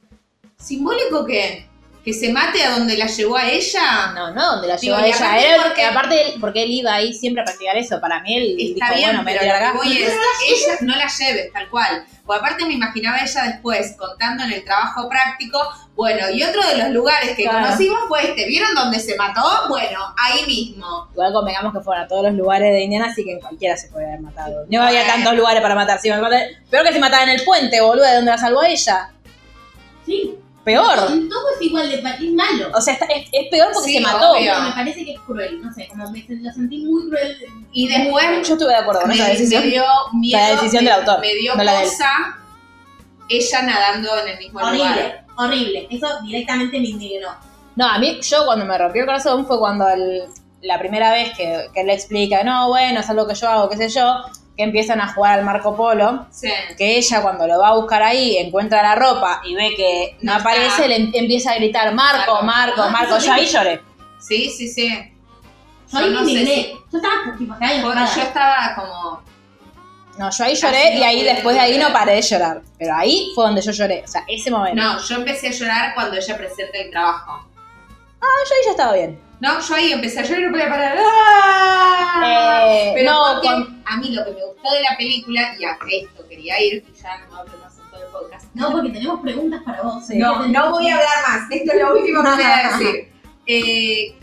[SPEAKER 2] ¿Simbólico que ¿Que se mate a donde la llevó a ella?
[SPEAKER 1] No, no, donde la
[SPEAKER 2] Digo,
[SPEAKER 1] llevó
[SPEAKER 2] y
[SPEAKER 1] ella.
[SPEAKER 2] aparte
[SPEAKER 1] Era-
[SPEAKER 2] porque-
[SPEAKER 1] aparte, él- porque él iba ahí siempre a practicar eso. Para mí, él
[SPEAKER 2] Está
[SPEAKER 1] dijo,
[SPEAKER 2] bien,
[SPEAKER 1] bueno, me
[SPEAKER 2] pero
[SPEAKER 1] voy a largar.
[SPEAKER 2] lo que voy es, ella no la lleves, tal cual. O aparte me imaginaba ella después contando en el trabajo práctico, bueno, y otro de los lugares que
[SPEAKER 1] Claro.
[SPEAKER 2] conocimos fue este, ¿vieron dónde se mató? Bueno, ahí mismo.
[SPEAKER 1] Igual convengamos que fueron a todos los lugares de Indiana, así que cualquiera se podría haber matado. No había tantos lugares para matar. Si me matan- peor que se mataba en el puente, boluda, de donde la salvó a ella.
[SPEAKER 3] Sí.
[SPEAKER 1] Peor.
[SPEAKER 3] Todo es igual de pa- es malo.
[SPEAKER 1] O sea, está- es, es peor porque
[SPEAKER 2] Sí,
[SPEAKER 1] se mató.
[SPEAKER 2] obvio.
[SPEAKER 3] Pero me parece que es cruel, no sé, como me sen- lo sentí muy cruel.
[SPEAKER 2] Y después
[SPEAKER 1] Yo estuve de acuerdo con
[SPEAKER 2] me,
[SPEAKER 1] esa
[SPEAKER 2] me
[SPEAKER 1] decisión.
[SPEAKER 2] dio miedo,
[SPEAKER 1] La decisión
[SPEAKER 2] me,
[SPEAKER 1] del autor,
[SPEAKER 2] me dio
[SPEAKER 1] no la de él.
[SPEAKER 2] cosa ella nadando en el mismo lugar.
[SPEAKER 3] Horrible, horrible. Eso directamente me indignó.
[SPEAKER 1] No, a mí, yo cuando me rompió el corazón fue cuando el- la primera vez que, que le explica, no, bueno, es algo que yo hago, qué sé yo, que empiezan a jugar al Marco Polo.
[SPEAKER 2] Sí.
[SPEAKER 1] que ella cuando lo va a buscar ahí encuentra la ropa y ve que no
[SPEAKER 2] No
[SPEAKER 1] aparece,
[SPEAKER 2] está.
[SPEAKER 1] le em- empieza a gritar Marco, Marco,
[SPEAKER 3] Ah,
[SPEAKER 1] Marco.
[SPEAKER 3] sí.
[SPEAKER 1] Yo ahí lloré.
[SPEAKER 2] sí, sí, sí.
[SPEAKER 3] Yo ahí me
[SPEAKER 2] no sé
[SPEAKER 3] indigné.
[SPEAKER 2] si-
[SPEAKER 3] Yo estaba tipo acá
[SPEAKER 2] yo
[SPEAKER 3] enojada.
[SPEAKER 2] estaba como...
[SPEAKER 1] No, yo ahí
[SPEAKER 2] Así
[SPEAKER 1] lloré
[SPEAKER 2] no
[SPEAKER 1] y ahí
[SPEAKER 2] pude
[SPEAKER 1] después de ahí
[SPEAKER 2] llorar.
[SPEAKER 1] no paré de llorar. Pero ahí fue donde yo lloré. O sea, ese momento.
[SPEAKER 2] No, yo empecé a llorar cuando ella presenta el trabajo.
[SPEAKER 1] No, Ah, yo ahí ya estaba bien.
[SPEAKER 2] No, yo ahí empecé a llorar y no podía parar. ¡Ah!
[SPEAKER 1] Eh,
[SPEAKER 2] Pero
[SPEAKER 1] no,
[SPEAKER 2] porque
[SPEAKER 1] cuando-
[SPEAKER 2] a mí lo que me gustó de la película, y a esto quería ir, y ya no hablo más en todo el podcast.
[SPEAKER 3] No, porque tenemos preguntas para vos. ¿eh?
[SPEAKER 2] No,
[SPEAKER 3] Tenemos-
[SPEAKER 2] no voy a hablar más. Esto es lo último que voy a decir. Eh,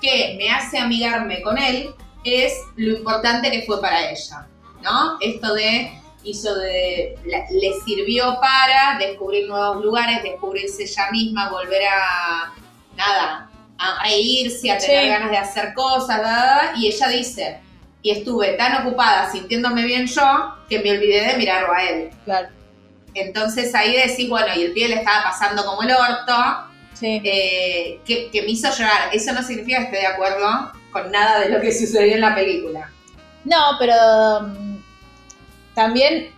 [SPEAKER 2] que me hace amigarme con él es lo importante que fue para ella, ¿no? Esto de hizo de la- le sirvió para descubrir nuevos lugares, descubrirse ella misma, volver a nada, a reírse, a tener
[SPEAKER 1] Sí.
[SPEAKER 2] ganas de hacer cosas, da, da, da. y ella dice y estuve tan ocupada sintiéndome bien yo que me olvidé de mirarlo a él.
[SPEAKER 1] Claro.
[SPEAKER 2] Entonces ahí decís, bueno, y el pibe le estaba pasando como el orto,
[SPEAKER 1] Sí.
[SPEAKER 2] eh, que, que me hizo llorar. Eso no significa que esté de acuerdo con nada de lo que sucedió en la película.
[SPEAKER 1] No, pero mm, también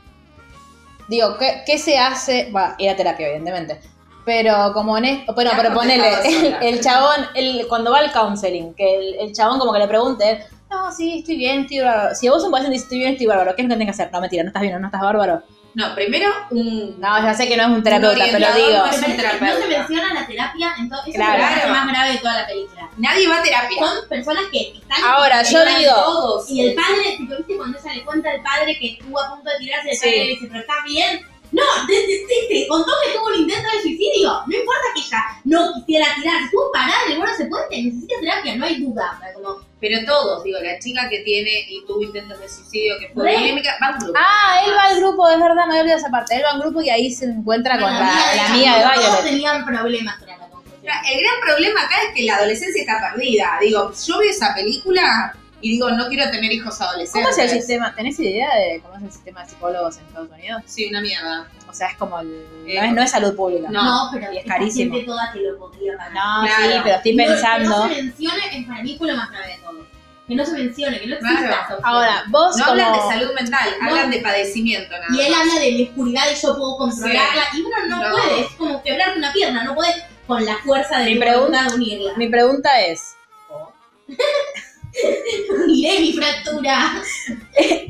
[SPEAKER 1] digo, ¿qué, qué se hace? Va, ir a terapia, evidentemente. Pero como en esto, bueno,
[SPEAKER 2] Ya
[SPEAKER 1] pero
[SPEAKER 2] hemos
[SPEAKER 1] ponele,
[SPEAKER 2] dejado
[SPEAKER 1] el,
[SPEAKER 2] sola.
[SPEAKER 1] el chabón, el, cuando va al counseling, que el, el chabón como que le pregunte, no, sí, estoy bien, estoy bárbaro. Si vos un paciente dice, estoy bien, estoy bárbaro, ¿qué es lo que tenés que hacer? No, mentira, no estás bien, no estás bárbaro.
[SPEAKER 2] No, primero un.
[SPEAKER 1] No, ya sé que no es un terapeuta,
[SPEAKER 2] Un
[SPEAKER 1] pero
[SPEAKER 2] orientador,
[SPEAKER 1] digo,
[SPEAKER 2] es
[SPEAKER 3] Me
[SPEAKER 2] un
[SPEAKER 3] parece que no
[SPEAKER 2] terapeuta.
[SPEAKER 3] se menciona la terapia, entonces
[SPEAKER 1] Claro.
[SPEAKER 3] es el lugar más grave de toda la película.
[SPEAKER 2] Nadie va a terapia.
[SPEAKER 3] Son personas que están.
[SPEAKER 1] Ahora,
[SPEAKER 3] que
[SPEAKER 1] yo
[SPEAKER 3] lloran
[SPEAKER 1] digo-
[SPEAKER 3] todos. Y el padre, tipo, ¿viste cuando ella le cuenta al padre que estuvo a punto de tirarse, el
[SPEAKER 1] Sí.
[SPEAKER 3] padre le dice, pero está bien? No, te, te, te- te contó que tuvo un intento de suicidio. No importa que ella no quisiera tirarse, tú pará de bueno se puente, necesita terapia, no hay duda. O sea, como,
[SPEAKER 2] Pero todos, digo, la chica que tiene y tuvo intentos de suicidio, que fue
[SPEAKER 3] Re.
[SPEAKER 2] polémica, va a un grupo.
[SPEAKER 1] ah, él va al grupo, es verdad, me había olvidado esa parte, él va al grupo y ahí se encuentra con la,
[SPEAKER 2] Ah,
[SPEAKER 3] amiga
[SPEAKER 1] la
[SPEAKER 3] ella,
[SPEAKER 1] amiga de
[SPEAKER 3] todos
[SPEAKER 1] Violet.
[SPEAKER 3] tenían problemas con la confusión.
[SPEAKER 2] Mira, El gran problema acá es que la adolescencia está perdida. Digo, yo veo esa película y digo, no quiero tener hijos
[SPEAKER 1] ¿Cómo
[SPEAKER 2] adolescentes.
[SPEAKER 1] es el sistema? ¿Tenés idea de cómo es el sistema de psicólogos en Estados Unidos?
[SPEAKER 2] Sí, una mierda.
[SPEAKER 1] O sea, es como el-
[SPEAKER 2] Eh,
[SPEAKER 1] no, es, no es salud pública.
[SPEAKER 2] no.
[SPEAKER 3] No, pero
[SPEAKER 1] Y es
[SPEAKER 3] esta
[SPEAKER 1] carísimo.
[SPEAKER 3] gente toda te lo podría pagar.
[SPEAKER 1] No,
[SPEAKER 2] Claro.
[SPEAKER 1] sí, pero estoy
[SPEAKER 3] No,
[SPEAKER 1] pensando.
[SPEAKER 3] Que no se mencione es para mí fue lo más grave de todo. Que no se mencione, que no exista
[SPEAKER 2] Claro.
[SPEAKER 3] esa opción.
[SPEAKER 1] Ahora, vos
[SPEAKER 2] No
[SPEAKER 1] como...
[SPEAKER 2] hablan de salud mental,
[SPEAKER 3] No.
[SPEAKER 2] hablan de padecimiento nada
[SPEAKER 3] Y él
[SPEAKER 2] más.
[SPEAKER 3] habla de mi oscuridad y yo puedo controlarla. Y uno no,
[SPEAKER 2] No.
[SPEAKER 3] puede, es como quebrarte una pierna, no puedes con la fuerza de
[SPEAKER 1] Mi
[SPEAKER 3] tu
[SPEAKER 1] pregunta-
[SPEAKER 3] voluntad unirla.
[SPEAKER 1] Mi pregunta es,
[SPEAKER 3] Uniré mi fractura.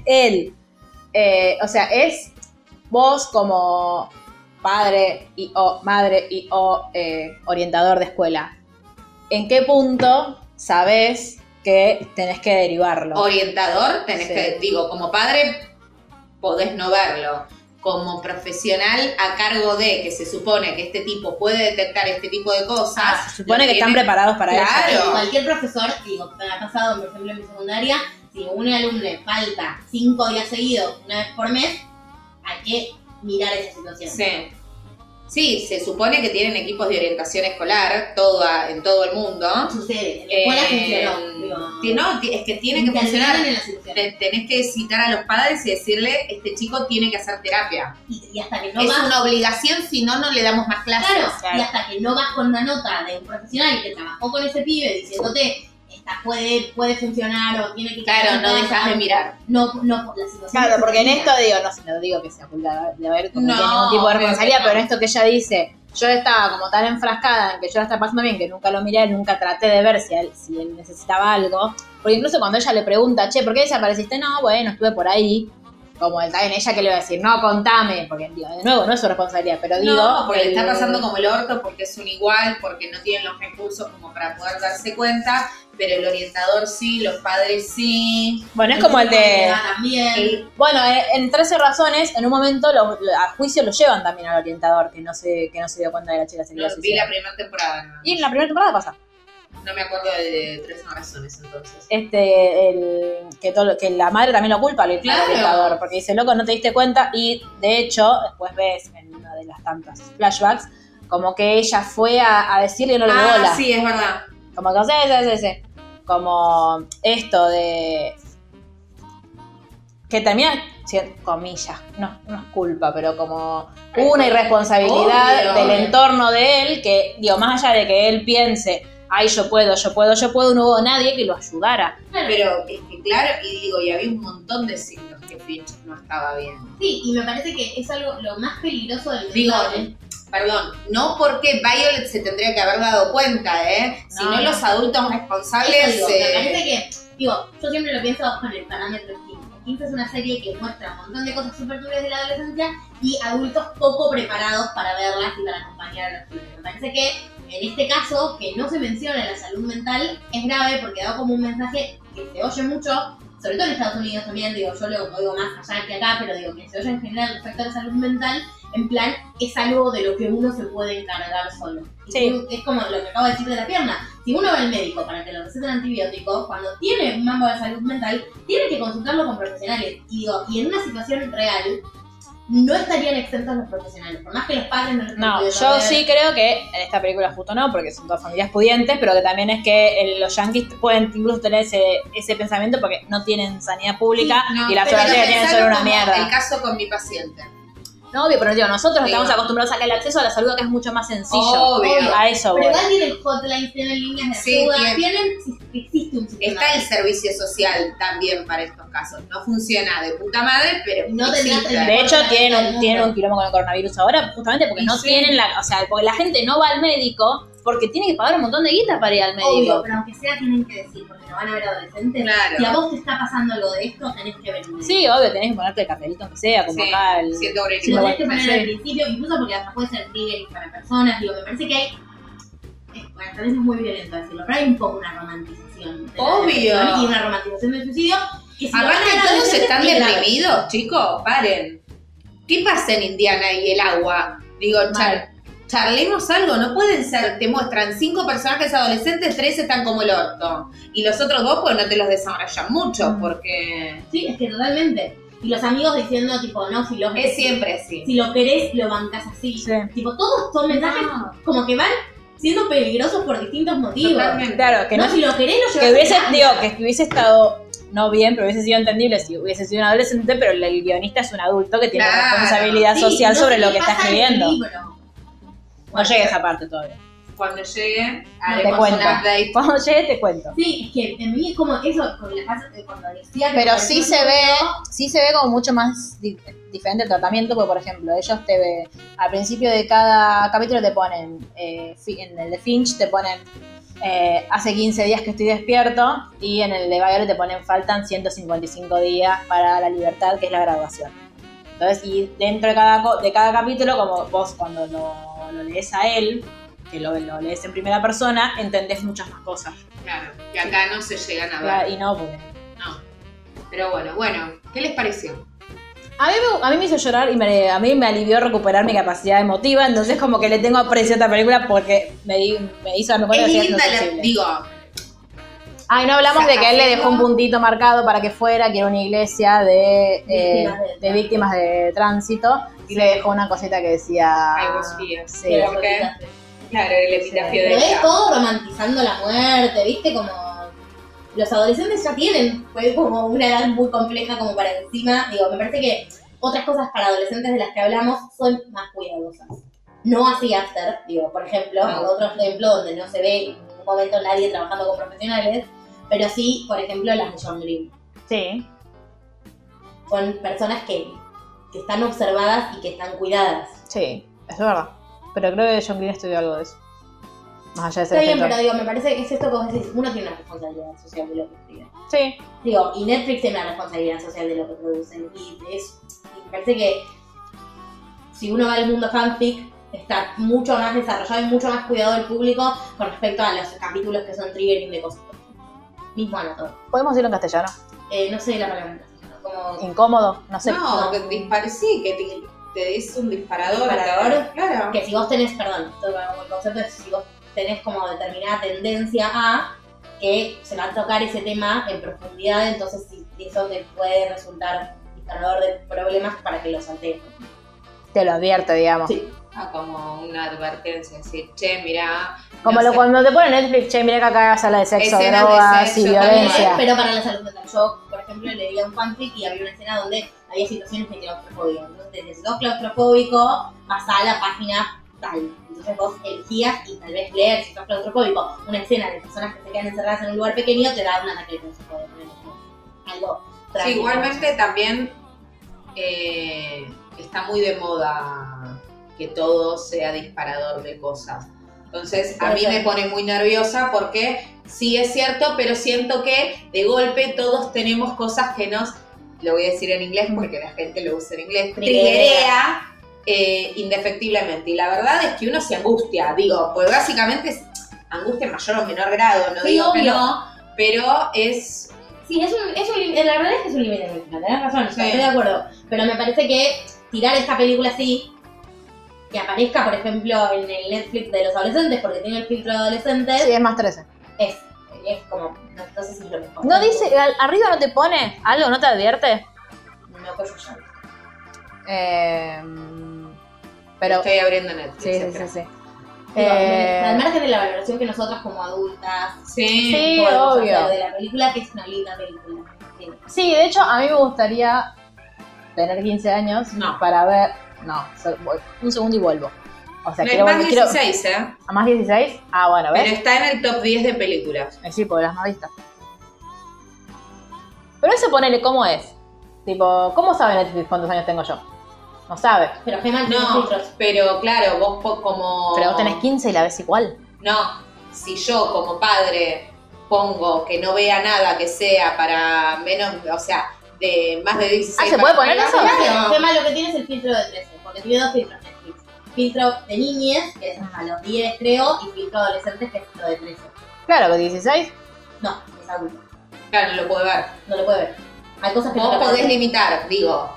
[SPEAKER 1] él, eh, o sea, es vos como padre y o madre y o eh, orientador de escuela, ¿en qué punto sabés que tenés que derivarlo?
[SPEAKER 2] Orientador, tenés
[SPEAKER 1] Sí.
[SPEAKER 2] que, digo, como padre podés no verlo. Como profesional a cargo de que se supone que este tipo puede detectar este tipo de cosas.
[SPEAKER 1] Ah, se supone
[SPEAKER 2] lo
[SPEAKER 1] que están
[SPEAKER 2] tiene-
[SPEAKER 1] preparados para
[SPEAKER 2] Claro.
[SPEAKER 1] eso.
[SPEAKER 3] Cualquier profesor, digo, me ha pasado, por ejemplo, en mi secundaria, si a un alumno le falta cinco días seguidos, una vez por mes, hay que mirar esa situación.
[SPEAKER 2] Sí. Sí, se supone que tienen equipos de orientación escolar toda, en todo el mundo.
[SPEAKER 3] Sucede, en la escuela
[SPEAKER 2] Eh,
[SPEAKER 3] funcionó. digo,
[SPEAKER 2] ti- no, ti- es que tiene que
[SPEAKER 3] intervinieron
[SPEAKER 2] funcionar.
[SPEAKER 3] en la situación.
[SPEAKER 2] Te- tenés que citar a los padres y decirle, este chico tiene que hacer terapia.
[SPEAKER 3] Y, y hasta que no
[SPEAKER 2] es
[SPEAKER 3] vas
[SPEAKER 2] una obligación, si no, no le damos más clases.
[SPEAKER 3] Claro,
[SPEAKER 1] Claro.
[SPEAKER 3] y hasta que no vas con una nota de un profesional que trabajó con ese pibe diciéndote, esta puede, puede funcionar o tiene que...
[SPEAKER 2] Claro, no dejas de mirar.
[SPEAKER 3] No, no, la situación...
[SPEAKER 1] Claro,
[SPEAKER 3] es
[SPEAKER 1] porque en esto
[SPEAKER 3] distinta.
[SPEAKER 1] digo, no sé, no digo que sea culpa de haber cometido
[SPEAKER 2] No,
[SPEAKER 1] ningún tipo de
[SPEAKER 2] obvio que
[SPEAKER 1] responsabilidad,
[SPEAKER 2] no.
[SPEAKER 1] pero en esto que ella dice, yo estaba como tan enfrascada en que yo la estaba pasando bien, que nunca lo miré, nunca traté de ver si él, si él necesitaba algo. Porque incluso cuando ella le pregunta, che, ¿por qué desapareciste? No, bueno, estuve por ahí. Como el en ella que le va a decir, no, contame, porque digo, de nuevo no es su responsabilidad, pero digo.
[SPEAKER 2] No, porque le
[SPEAKER 1] el-
[SPEAKER 2] está pasando como el orto, porque es un igual, porque no tienen los recursos como para poder darse cuenta, pero el orientador sí, los padres sí.
[SPEAKER 1] Bueno, es como el de.
[SPEAKER 3] Ah, También.
[SPEAKER 1] Bueno, eh, en 13 razones, en un momento lo- lo- a juicio lo llevan también al orientador, que no se, que no se dio cuenta de la chica se quería
[SPEAKER 2] No, vi la
[SPEAKER 1] suicidar.
[SPEAKER 2] primera temporada, no,
[SPEAKER 1] Y en la primera temporada pasa.
[SPEAKER 2] No me acuerdo de tres razones entonces.
[SPEAKER 1] este el, que todo lo- que la madre también lo culpa al al
[SPEAKER 2] Claro.
[SPEAKER 1] orientador porque dice loco no te diste cuenta y de hecho después ves en una de las tantas flashbacks como que ella fue a, a decirle y no le dio bola
[SPEAKER 2] Ah, sí, es verdad.
[SPEAKER 1] como que sí, sí, sí, sí. como esto de que termina si- comillas no, no es culpa pero como hubo una irresponsabilidad
[SPEAKER 2] Obvio.
[SPEAKER 1] del entorno de él que digo más allá de que él piense ay yo puedo yo puedo yo puedo no hubo nadie que lo ayudara
[SPEAKER 2] Pero es que claro, y digo, y había un montón de signos que Finch no estaba bien.
[SPEAKER 3] Sí, y me parece que es algo lo más peligroso del
[SPEAKER 2] Digo,
[SPEAKER 3] desmadre.
[SPEAKER 2] Perdón, no porque Violet se tendría que haber dado cuenta, ¿eh?
[SPEAKER 1] No,
[SPEAKER 2] Sino
[SPEAKER 1] no.
[SPEAKER 2] los adultos responsables.
[SPEAKER 3] Eso digo,
[SPEAKER 2] eh,
[SPEAKER 3] me parece que, digo, yo siempre lo pienso con el parámetro 15. 15 es una serie que muestra un montón de cosas súper turbias de la adolescencia y adultos poco preparados para verlas y para acompañar a los pibes. Me parece que en este caso, que no se menciona la salud mental, es grave porque da como un mensaje que se oye mucho, sobre todo en Estados Unidos también, digo, yo lo oigo más allá que acá, pero digo que se oye en general respecto a la salud mental, en plan, es algo de lo que uno se puede encargar solo. Y
[SPEAKER 1] Sí.
[SPEAKER 3] Es como lo que acabo de decir de la pierna. Si uno va al médico para que le receten antibióticos, cuando tiene un mambo de salud mental, tiene que consultarlo con profesionales. Y, digo, y en una situación real, no estarían exentos los profesionales, por más que los padres no los
[SPEAKER 1] No,
[SPEAKER 3] puedan
[SPEAKER 1] yo
[SPEAKER 3] ver.
[SPEAKER 1] sí creo que en esta película justo no, porque son dos familias pudientes, pero que también es que el- los yanquis pueden incluso tener ese, ese pensamiento porque no tienen sanidad pública
[SPEAKER 2] no,
[SPEAKER 1] y la
[SPEAKER 2] pero
[SPEAKER 1] suerte que tienen
[SPEAKER 2] pensalo
[SPEAKER 1] son una
[SPEAKER 2] como
[SPEAKER 1] mierda.
[SPEAKER 2] El caso con mi paciente.
[SPEAKER 1] No, obvio, pero digo, nosotros
[SPEAKER 2] Digo.
[SPEAKER 1] estamos acostumbrados a que el acceso a la salud acá es mucho más sencillo.
[SPEAKER 2] Obvio.
[SPEAKER 1] A eso
[SPEAKER 3] Pero
[SPEAKER 1] voy.
[SPEAKER 3] igual tienen hotlines, tienen líneas de
[SPEAKER 2] Sí,
[SPEAKER 3] ayuda,
[SPEAKER 2] tienen.
[SPEAKER 3] tienen, si- existe un sistema.
[SPEAKER 2] Está el servicio social también para estos casos. No funciona de puta madre, pero
[SPEAKER 3] No tendrás
[SPEAKER 2] existe.
[SPEAKER 3] el-
[SPEAKER 1] De hecho,
[SPEAKER 3] Por la
[SPEAKER 1] tienen
[SPEAKER 3] mitad del
[SPEAKER 1] un, tienen
[SPEAKER 3] mundo.
[SPEAKER 1] un quilombo con el coronavirus ahora, justamente porque no tienen la. O sea, porque la gente no va al médico porque tiene que pagar un montón de guita para ir al médico.
[SPEAKER 3] Obvio, pero aunque sea tienen que decir, porque lo van a ver adolescentes.
[SPEAKER 2] Claro.
[SPEAKER 3] Si a vos te está pasando algo de esto, tenés que venir.
[SPEAKER 1] Sí, obvio, tenés que ponerte el cartelito aunque sea, como
[SPEAKER 2] Sí,
[SPEAKER 1] acá el...
[SPEAKER 2] siendo obrero.
[SPEAKER 3] Si lo tenés que
[SPEAKER 1] bueno,
[SPEAKER 3] poner
[SPEAKER 1] sí.
[SPEAKER 3] al principio, incluso porque hasta puede ser trigger para personas, digo, me parece que hay. eh, Bueno, tal vez es muy violento decirlo, pero hay un poco una romantización. de la
[SPEAKER 2] Obvio.
[SPEAKER 3] depresión Y una romantización del suicidio. Que si lo
[SPEAKER 2] Aparte
[SPEAKER 3] van a ver
[SPEAKER 2] todos
[SPEAKER 3] adolescentes,
[SPEAKER 2] están
[SPEAKER 3] es grave.
[SPEAKER 2] deprimidos, chicos, paren. ¿Qué pasa en Indiana y el agua? Digo, char- charlemos algo, no pueden ser, te muestran cinco personajes adolescentes, tres están como el orto. Y los otros dos, pues no te los desarrollan mucho,
[SPEAKER 1] Mm.
[SPEAKER 2] porque
[SPEAKER 3] Sí, es que totalmente. Y los amigos diciendo, tipo, no, si lo,
[SPEAKER 2] es siempre así.
[SPEAKER 3] si lo querés, lo bancas así.
[SPEAKER 1] Sí.
[SPEAKER 3] Tipo, todos son mensajes
[SPEAKER 2] No.
[SPEAKER 3] como que van siendo peligrosos por distintos motivos.
[SPEAKER 2] Totalmente.
[SPEAKER 1] Claro, que
[SPEAKER 3] no,
[SPEAKER 1] no,
[SPEAKER 3] si lo querés, lo llevas
[SPEAKER 1] que hubiese,
[SPEAKER 3] adelante.
[SPEAKER 1] digo, que hubiese estado no bien, pero hubiese sido entendible si hubiese sido un adolescente, pero el, el guionista es un adulto que tiene
[SPEAKER 2] Claro.
[SPEAKER 1] responsabilidad
[SPEAKER 3] Sí,
[SPEAKER 1] social
[SPEAKER 3] no
[SPEAKER 1] sobre
[SPEAKER 3] sé
[SPEAKER 1] lo
[SPEAKER 3] qué
[SPEAKER 1] que está
[SPEAKER 3] pasa en el
[SPEAKER 1] escribiendo.
[SPEAKER 3] libro.
[SPEAKER 1] No llegué a esa parte todavía.
[SPEAKER 2] Cuando llegue,
[SPEAKER 1] Te
[SPEAKER 2] haremos un
[SPEAKER 1] cuento.
[SPEAKER 2] update.
[SPEAKER 1] Cuando llegue te cuento.
[SPEAKER 3] Sí, es que en mí es como eso, con la frase de cuando decía que
[SPEAKER 1] Pero
[SPEAKER 3] por
[SPEAKER 1] sí
[SPEAKER 3] eso
[SPEAKER 1] se
[SPEAKER 3] no-
[SPEAKER 1] ve, sí se ve como mucho más di- diferente el tratamiento, porque por ejemplo, ellos te ve- al principio de cada capítulo te ponen, eh, fi- en el de Finch te ponen, eh, hace 15 días que estoy despierto, y en el de Violet te ponen, faltan 155 días para la libertad, que es la graduación. Entonces, y dentro de cada, co- de cada capítulo, como vos cuando lo, lo lees a él, que lo, lo lees en primera persona, entendés muchas más cosas.
[SPEAKER 2] Claro, que acá no se llegan a ver.
[SPEAKER 1] Y no, porque
[SPEAKER 2] Pero bueno, bueno, ¿qué les pareció?
[SPEAKER 1] A mí, me, a mí me hizo llorar y me- a mí me alivió recuperar mi capacidad emotiva, entonces como que le tengo aprecio a esta película porque me, di- me hizo darme cuenta
[SPEAKER 2] Es
[SPEAKER 1] que sigue siendo
[SPEAKER 2] linda, la-
[SPEAKER 1] sensible.
[SPEAKER 2] digo,
[SPEAKER 1] Ay, no hablamos de que a él le dejó un
[SPEAKER 2] Sacafeo.
[SPEAKER 1] puntito marcado para que fuera, que era una iglesia de, eh,
[SPEAKER 3] Víctimas de-
[SPEAKER 1] de víctimas de tránsito, y le dejó una cosita que decía...
[SPEAKER 2] I was here.
[SPEAKER 1] Sí.
[SPEAKER 3] Pero
[SPEAKER 2] ¿Por qué? Claro, el epitafio de
[SPEAKER 3] Pero es
[SPEAKER 2] ella.
[SPEAKER 3] todo romantizando la muerte, ¿viste? Como los adolescentes ya tienen fue como una edad muy compleja como para encima. Digo, me parece que otras cosas para adolescentes de las que hablamos son más cuidadosas. No así after, digo, por ejemplo,
[SPEAKER 2] No.
[SPEAKER 3] otro ejemplo donde no se ve en ningún momento nadie trabajando con profesionales, pero sí, por ejemplo, las de John Green.
[SPEAKER 1] Sí.
[SPEAKER 3] Son personas que, que están observadas y que están cuidadas.
[SPEAKER 1] Sí, es verdad. Pero creo que John Green estudió algo de eso. Más allá de ser
[SPEAKER 3] Está bien, pero
[SPEAKER 1] escritor.
[SPEAKER 3] digo, me parece que es esto como decís, uno tiene una responsabilidad social de lo que escribe.
[SPEAKER 1] Sí.
[SPEAKER 3] Digo, y Netflix tiene una responsabilidad social de lo que producen. Y es, y me parece que si uno va al mundo fanfic, está mucho más desarrollado y mucho más cuidado el público con respecto a los capítulos que son triggering de cosas. Mismo anotador.
[SPEAKER 1] Podemos decirlo en castellano.
[SPEAKER 3] Eh, no sé la palabra. en castellano, Como,
[SPEAKER 1] Incómodo, no sé.
[SPEAKER 2] No,
[SPEAKER 3] no.
[SPEAKER 2] que dispare, sí, que te, te des un disparador.
[SPEAKER 3] Disparador.
[SPEAKER 2] Claro.
[SPEAKER 3] que si vos tenés, perdón, esto es como el concepto es si vos tenés como determinada tendencia a que se va a tocar ese tema en profundidad, entonces sí, eso te puede resultar disparador de problemas para que lo saltees.
[SPEAKER 1] Te lo advierto, digamos.
[SPEAKER 3] Sí.
[SPEAKER 2] Ah, como una advertencia, decir, che, mirá.
[SPEAKER 1] Como
[SPEAKER 2] no
[SPEAKER 1] lo,
[SPEAKER 2] sé.
[SPEAKER 1] cuando te ponen Netflix, che, mira que acá sala de sexo,
[SPEAKER 2] Escenas de
[SPEAKER 1] drogas y
[SPEAKER 2] sexo,
[SPEAKER 1] violencia.
[SPEAKER 3] Pero para la salud mental. Yo, por ejemplo, leía un fanfic y había una escena donde había situaciones de claustrofobia. Entonces, desde dos claustrofóbico pasá a la página tal. Entonces vos elegías y tal vez leer, si sos claustrofóbico, una escena de personas que se quedan encerradas en un lugar pequeño, te da un ataque de claustrofobia. Algo
[SPEAKER 2] Sí,
[SPEAKER 3] tranquilo.
[SPEAKER 2] igualmente también eh, está muy de moda que todo sea disparador de cosas. Entonces, a mí
[SPEAKER 3] Puede ser.
[SPEAKER 2] me pone muy nerviosa porque sí es cierto, pero siento que de golpe todos tenemos cosas que nos, lo voy a decir en inglés porque la gente lo usa en inglés,
[SPEAKER 3] Triguea.
[SPEAKER 2] triguea eh, indefectiblemente. Y la verdad es que uno se angustia, digo, pues básicamente es angustia en mayor o menor grado, no
[SPEAKER 3] Sí,
[SPEAKER 2] digo que
[SPEAKER 3] obvio.
[SPEAKER 2] no, pero es
[SPEAKER 3] Sí, es un, es un límite- la verdad es que es un límite emocional, tenés razón,
[SPEAKER 2] Sí.
[SPEAKER 3] estoy de acuerdo. Pero me parece que tirar esta película así, que aparezca, por ejemplo, en el Netflix de los adolescentes, porque tiene el filtro de adolescentes,
[SPEAKER 1] Sí, es más 13.
[SPEAKER 3] es, es como, no, no sé si es lo mejor.
[SPEAKER 1] ¿No dice, al- arriba no te pone algo, no te advierte?
[SPEAKER 3] No, pues yo ya.
[SPEAKER 1] Eh, pero,
[SPEAKER 2] Estoy abriendo Netflix.
[SPEAKER 1] sí, sí,
[SPEAKER 2] espera.
[SPEAKER 1] sí. sí.
[SPEAKER 3] Digo,
[SPEAKER 1] Eh,
[SPEAKER 3] Al margen de la valoración que nosotras como adultas
[SPEAKER 2] Sí.
[SPEAKER 1] Sí,
[SPEAKER 3] podemos
[SPEAKER 1] obvio.
[SPEAKER 3] hacer de la película, que es una linda película. Sí.
[SPEAKER 1] sí, de hecho, a mí me gustaría tener 15 años
[SPEAKER 2] No.
[SPEAKER 1] para ver... No, so- voy- un segundo y vuelvo. O sea,
[SPEAKER 2] No,
[SPEAKER 1] quiero,
[SPEAKER 2] es más
[SPEAKER 1] volver- quiero-
[SPEAKER 2] 16, ¿eh?
[SPEAKER 1] ¿A más 16? Ah, bueno,
[SPEAKER 2] Pero
[SPEAKER 1] ¿ves?
[SPEAKER 2] está en el top 10 de películas.
[SPEAKER 1] Eh, Sí, porque las más vistas. Pero eso ponele cómo es. Tipo, ¿cómo sabe Netflix cuántos años tengo yo? No sabe.
[SPEAKER 3] Pero Gemma tiene
[SPEAKER 2] No,
[SPEAKER 3] filtros.
[SPEAKER 2] pero claro, vos po- como.
[SPEAKER 1] Pero vos tenés 15 y la ves igual.
[SPEAKER 2] No, si yo como padre pongo que no vea nada que sea para menos, o sea, de más de 16
[SPEAKER 1] Ah, ¿se puede poner
[SPEAKER 2] para
[SPEAKER 1] eso?
[SPEAKER 2] arriba,
[SPEAKER 3] Claro,
[SPEAKER 2] no.
[SPEAKER 3] El tema lo que tiene es el filtro de 13, porque tiene dos filtros Netflix. Filtro de niñez, que es a los 10 creo, y filtro adolescentes, que es lo de 13.
[SPEAKER 1] Claro, que 16.
[SPEAKER 3] No, es adulto,
[SPEAKER 2] Claro, no lo puedo ver.
[SPEAKER 3] no lo puede ver. Hay cosas que
[SPEAKER 2] Vos
[SPEAKER 3] no lo
[SPEAKER 2] podés
[SPEAKER 3] puede ver.
[SPEAKER 2] limitar, digo.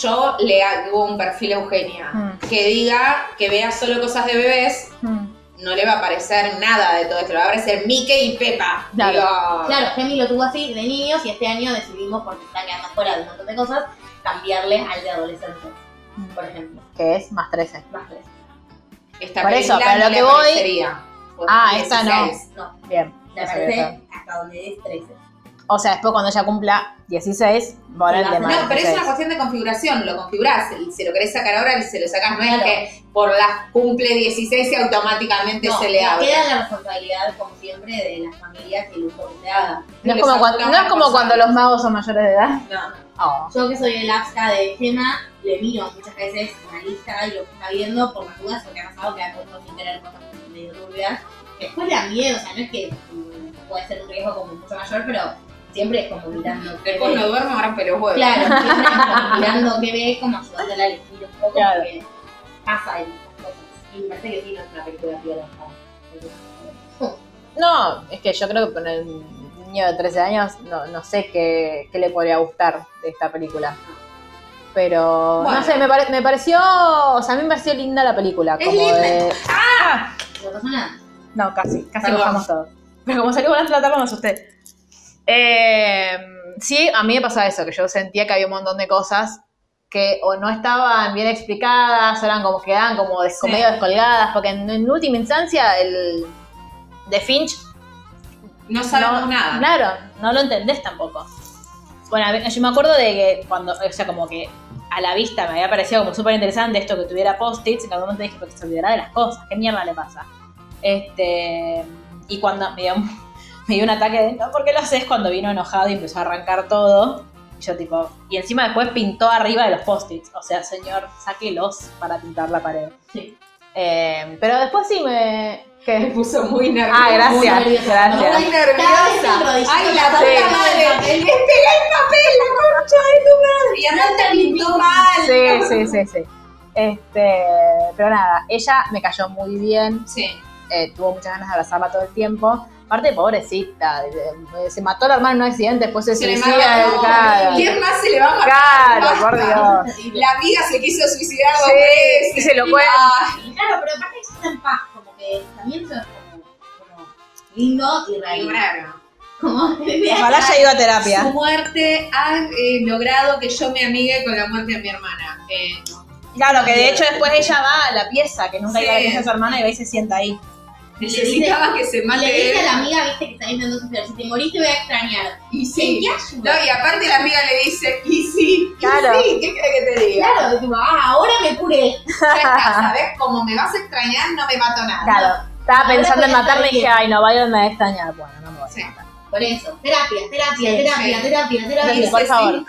[SPEAKER 2] Yo le hago un perfil a Eugenia
[SPEAKER 1] Mm.
[SPEAKER 2] que diga que vea solo cosas de bebés, no le va a aparecer nada de todo esto, le va a aparecer Mickey y Pepa.
[SPEAKER 1] Claro.
[SPEAKER 2] Digo,
[SPEAKER 3] Claro, Gemi lo tuvo así de niños y este año decidimos, porque está quedando fuera de un montón de cosas, cambiarle al de adolescentes, por ejemplo.
[SPEAKER 1] Que es más 13.
[SPEAKER 3] Más 13.
[SPEAKER 2] esta
[SPEAKER 1] Por eso,
[SPEAKER 2] película
[SPEAKER 1] pero
[SPEAKER 2] no
[SPEAKER 1] lo
[SPEAKER 2] le
[SPEAKER 1] que voy-
[SPEAKER 2] aparecería. Pues
[SPEAKER 1] Ah, esta no.
[SPEAKER 2] 16.
[SPEAKER 3] No,
[SPEAKER 1] Bien.
[SPEAKER 3] le
[SPEAKER 1] Eso
[SPEAKER 3] aparece
[SPEAKER 1] es.
[SPEAKER 3] hasta donde es 13.
[SPEAKER 1] O sea, después cuando ella cumpla 16, bueno, el de
[SPEAKER 3] No,
[SPEAKER 1] más
[SPEAKER 2] No, pero es
[SPEAKER 1] 16.
[SPEAKER 2] una cuestión de configuración, lo configurás, y se lo querés sacar ahora y se lo sacás, no es
[SPEAKER 3] Claro.
[SPEAKER 2] que por las cumple 16 y automáticamente
[SPEAKER 3] No,
[SPEAKER 2] se le abre.
[SPEAKER 3] queda la responsabilidad, como siempre, de las familias y el uso que se haga.
[SPEAKER 1] No
[SPEAKER 2] les
[SPEAKER 1] es como,
[SPEAKER 2] saca
[SPEAKER 1] cuando,
[SPEAKER 2] una
[SPEAKER 1] no es como
[SPEAKER 2] cosa.
[SPEAKER 1] cuando los magos son mayores de edad.
[SPEAKER 3] No.
[SPEAKER 1] Oh.
[SPEAKER 3] Yo que soy el AFSCA de Gema, le miro muchas veces una lista y lo que está viendo por las dudas, porque ha pasado que ha puesto sin querer cosas medio turbias. Después le da miedo, o sea, no es que mm, puede ser un riesgo como mucho mayor, pero siempre es como mirando qué
[SPEAKER 2] Después no
[SPEAKER 3] ve.
[SPEAKER 2] duermo, ahora pero huevo.
[SPEAKER 3] Claro, siempre es como mirando qué ve, como ayudándole a elegir un poco,
[SPEAKER 1] Claro.
[SPEAKER 3] porque pasa en las cosas. Y me parece que sí, no es una película piola.
[SPEAKER 1] No, es que yo creo que para un niño de 13 años no, no sé qué, qué le podría gustar de esta película. Pero,
[SPEAKER 2] Bueno.
[SPEAKER 1] no sé, me, pare- me pareció, o sea, a mí me pareció linda la película.
[SPEAKER 2] Es
[SPEAKER 1] como
[SPEAKER 2] linda.
[SPEAKER 1] de-
[SPEAKER 3] No pasa nada.
[SPEAKER 1] No, casi, casi
[SPEAKER 2] Perdón.
[SPEAKER 1] mojamos todo. Pero como salió volando la tarde, me asusté. Eh, sí, a mí me pasaba eso, que yo sentía que había un montón de cosas que o no estaban bien explicadas, o eran como quedaban como des-
[SPEAKER 2] Sí.
[SPEAKER 1] medio descolgadas, porque en, en última instancia el de Finch
[SPEAKER 2] No sabemos
[SPEAKER 1] no-
[SPEAKER 2] nada.
[SPEAKER 1] Claro, no lo entendés tampoco. Bueno, a ver, yo me acuerdo de que cuando, o sea, como que a la vista me había parecido como súper interesante esto que tuviera post-its, y en algún momento dije, porque se olvidará de las cosas, ¿qué mierda le pasa? Este, y cuando me dio, un- me dio un ataque de, no, ¿por qué lo haces? Cuando vino enojado y empezó a arrancar todo. Y yo tipo, y encima después pintó arriba de los post-its. O sea, señor, sáquelos para pintar la pared.
[SPEAKER 3] Sí.
[SPEAKER 1] Eh, pero después sí me...
[SPEAKER 2] Me
[SPEAKER 1] ¿qué?
[SPEAKER 2] puso muy nerviosa.
[SPEAKER 1] Ah, gracias,
[SPEAKER 3] nerviosa.
[SPEAKER 1] gracias.
[SPEAKER 2] Muy nerviosa. Ay, la
[SPEAKER 1] Sí.
[SPEAKER 2] puta madre. El despega el papel, la concha de tu madre. Y anda te pintó mal.
[SPEAKER 1] Sí, sí, sí, sí. Este, pero nada, ella me cayó muy bien,
[SPEAKER 2] Sí.
[SPEAKER 1] eh, tuvo muchas ganas de abrazarla todo el tiempo. Aparte, pobrecita, eh, se mató la hermana en un accidente, después se
[SPEAKER 2] Se le
[SPEAKER 1] suicida.
[SPEAKER 2] mató.
[SPEAKER 1] claro,
[SPEAKER 2] ¿Quién más se le va a matar?
[SPEAKER 1] claro,
[SPEAKER 2] Basta.
[SPEAKER 1] por Dios.
[SPEAKER 2] La amiga se quiso suicidar dos
[SPEAKER 1] Sí,
[SPEAKER 2] veces.
[SPEAKER 1] y se lo
[SPEAKER 2] Y
[SPEAKER 1] cuenta.
[SPEAKER 2] va.
[SPEAKER 3] Y claro, pero aparte que está en paz, como que también eso es como, como lindo y
[SPEAKER 2] Y
[SPEAKER 3] real.
[SPEAKER 2] bueno,
[SPEAKER 3] Como
[SPEAKER 1] Ojalá haya ido a
[SPEAKER 2] Su
[SPEAKER 1] terapia.
[SPEAKER 2] muerte ha eh, logrado que yo me amigue con la muerte de mi hermana. Eh, no.
[SPEAKER 1] Claro, que de hecho después ella va a la pieza, que nunca
[SPEAKER 2] Sí.
[SPEAKER 1] iba a la pieza de su hermana, y va y se sienta ahí.
[SPEAKER 2] Necesitaba que se
[SPEAKER 3] Y le
[SPEAKER 2] mate
[SPEAKER 3] dice a
[SPEAKER 2] él.
[SPEAKER 3] la amiga, viste, que está intentando suicidar, si te morís te voy a extrañar.
[SPEAKER 2] Y
[SPEAKER 3] ¿Qué
[SPEAKER 2] sí.
[SPEAKER 3] te
[SPEAKER 2] No,
[SPEAKER 3] ayuda?
[SPEAKER 2] y aparte la amiga le dice, y sí, y
[SPEAKER 1] Claro.
[SPEAKER 2] sí, ¿qué crees que te diga?
[SPEAKER 3] Claro, digo, ah, ahora me curé.
[SPEAKER 2] Ya está, ¿sabes? Como me vas a extrañar, no me mato nada.
[SPEAKER 1] Claro, estaba
[SPEAKER 3] Ahora
[SPEAKER 1] pensando en
[SPEAKER 3] voy a estar
[SPEAKER 1] matarme y dije,
[SPEAKER 3] bien.
[SPEAKER 1] ay, no, Byron me va a extrañar. Bueno, no me voy.
[SPEAKER 2] Sí.
[SPEAKER 3] Por eso, terapia, terapia,
[SPEAKER 2] Sí,
[SPEAKER 3] terapia,
[SPEAKER 2] sí.
[SPEAKER 3] terapia, terapia,
[SPEAKER 1] Dale, por
[SPEAKER 2] sí.
[SPEAKER 1] favor.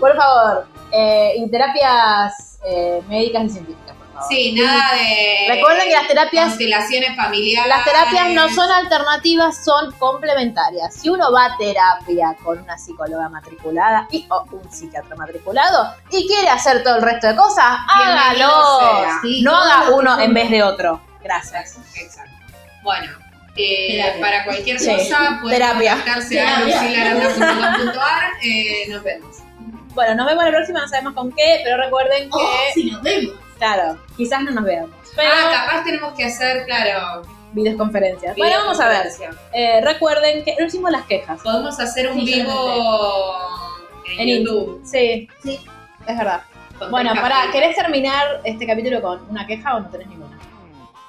[SPEAKER 1] por favor. Eh, y terapias eh, médicas y científicas, por favor.
[SPEAKER 2] Sí, nada de.
[SPEAKER 1] Recuerden que las terapias-
[SPEAKER 2] Constelaciones familiares.
[SPEAKER 1] Las terapias no son alternativas, son complementarias. Si uno va a terapia con una psicóloga matriculada y o un psiquiatra matriculado y quiere hacer todo el resto de cosas,
[SPEAKER 2] Bienvenido
[SPEAKER 1] hágalo.
[SPEAKER 2] sea.
[SPEAKER 3] Sí,
[SPEAKER 1] No
[SPEAKER 3] todo
[SPEAKER 1] haga
[SPEAKER 3] lo que
[SPEAKER 1] uno
[SPEAKER 3] son-
[SPEAKER 1] en vez de otro. Gracias.
[SPEAKER 2] Exacto. Bueno. eh,
[SPEAKER 3] Terapia.
[SPEAKER 2] para cualquier
[SPEAKER 1] Sí.
[SPEAKER 2] cosa, pueden
[SPEAKER 1] Terapia.
[SPEAKER 2] contactarse a
[SPEAKER 3] Terapia.
[SPEAKER 2] lucilaranda.com.ar. Eh, nos vemos.
[SPEAKER 1] Bueno, nos vemos la próxima, no sabemos con qué, pero recuerden que,
[SPEAKER 3] Oh, si nos vemos.
[SPEAKER 1] claro, quizás no nos veamos. Pero
[SPEAKER 2] Ah, capaz tenemos que hacer, claro.
[SPEAKER 1] videoconferencias. Bueno, vamos a ver.
[SPEAKER 2] videoconferencia.
[SPEAKER 1] Eh, recuerden que no hicimos las quejas.
[SPEAKER 2] Podemos hacer un
[SPEAKER 3] Sí,
[SPEAKER 2] vivo en,
[SPEAKER 1] En
[SPEAKER 2] YouTube.
[SPEAKER 1] Sí,
[SPEAKER 3] Sí.
[SPEAKER 1] es verdad.
[SPEAKER 2] con
[SPEAKER 1] Bueno,
[SPEAKER 2] tres
[SPEAKER 1] pará,
[SPEAKER 2] capítulos.
[SPEAKER 1] ¿querés terminar este capítulo con una queja o no tenés ninguna?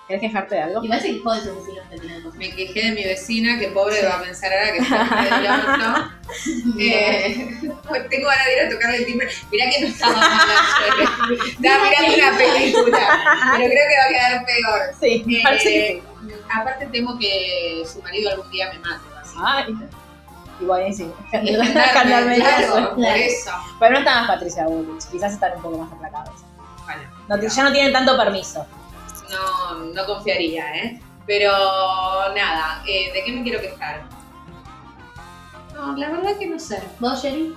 [SPEAKER 1] ¿Querés quejarte de algo?
[SPEAKER 3] Igual se quejó de sus vecinos que tienen cosas.
[SPEAKER 2] Me quejé de mi vecina, que pobre va a pensar ahora que estoy del orto. Eh, tengo ganas de ir a tocarle el timbre. Mirá que no estaba mal Estaba mirando una película, pero creo que va a quedar peor.
[SPEAKER 1] Sí,
[SPEAKER 2] Eh,
[SPEAKER 1] parece que sí.
[SPEAKER 2] Aparte temo que su marido algún día me mate. así.
[SPEAKER 1] Ay. Y buenísimo.
[SPEAKER 2] Y
[SPEAKER 1] Escandarme.
[SPEAKER 2] claro, por
[SPEAKER 3] Claro.
[SPEAKER 2] eso.
[SPEAKER 1] Pero no está más Patricia Bullrich, quizás están un poco más aplacados.
[SPEAKER 2] Bueno,
[SPEAKER 1] No, Ya no tienen tanto permiso.
[SPEAKER 2] no, no confiaría, ¿eh? Pero nada, eh, ¿de qué me quiero quejar? No, la verdad que no sé.
[SPEAKER 3] ¿Vos, Jerry?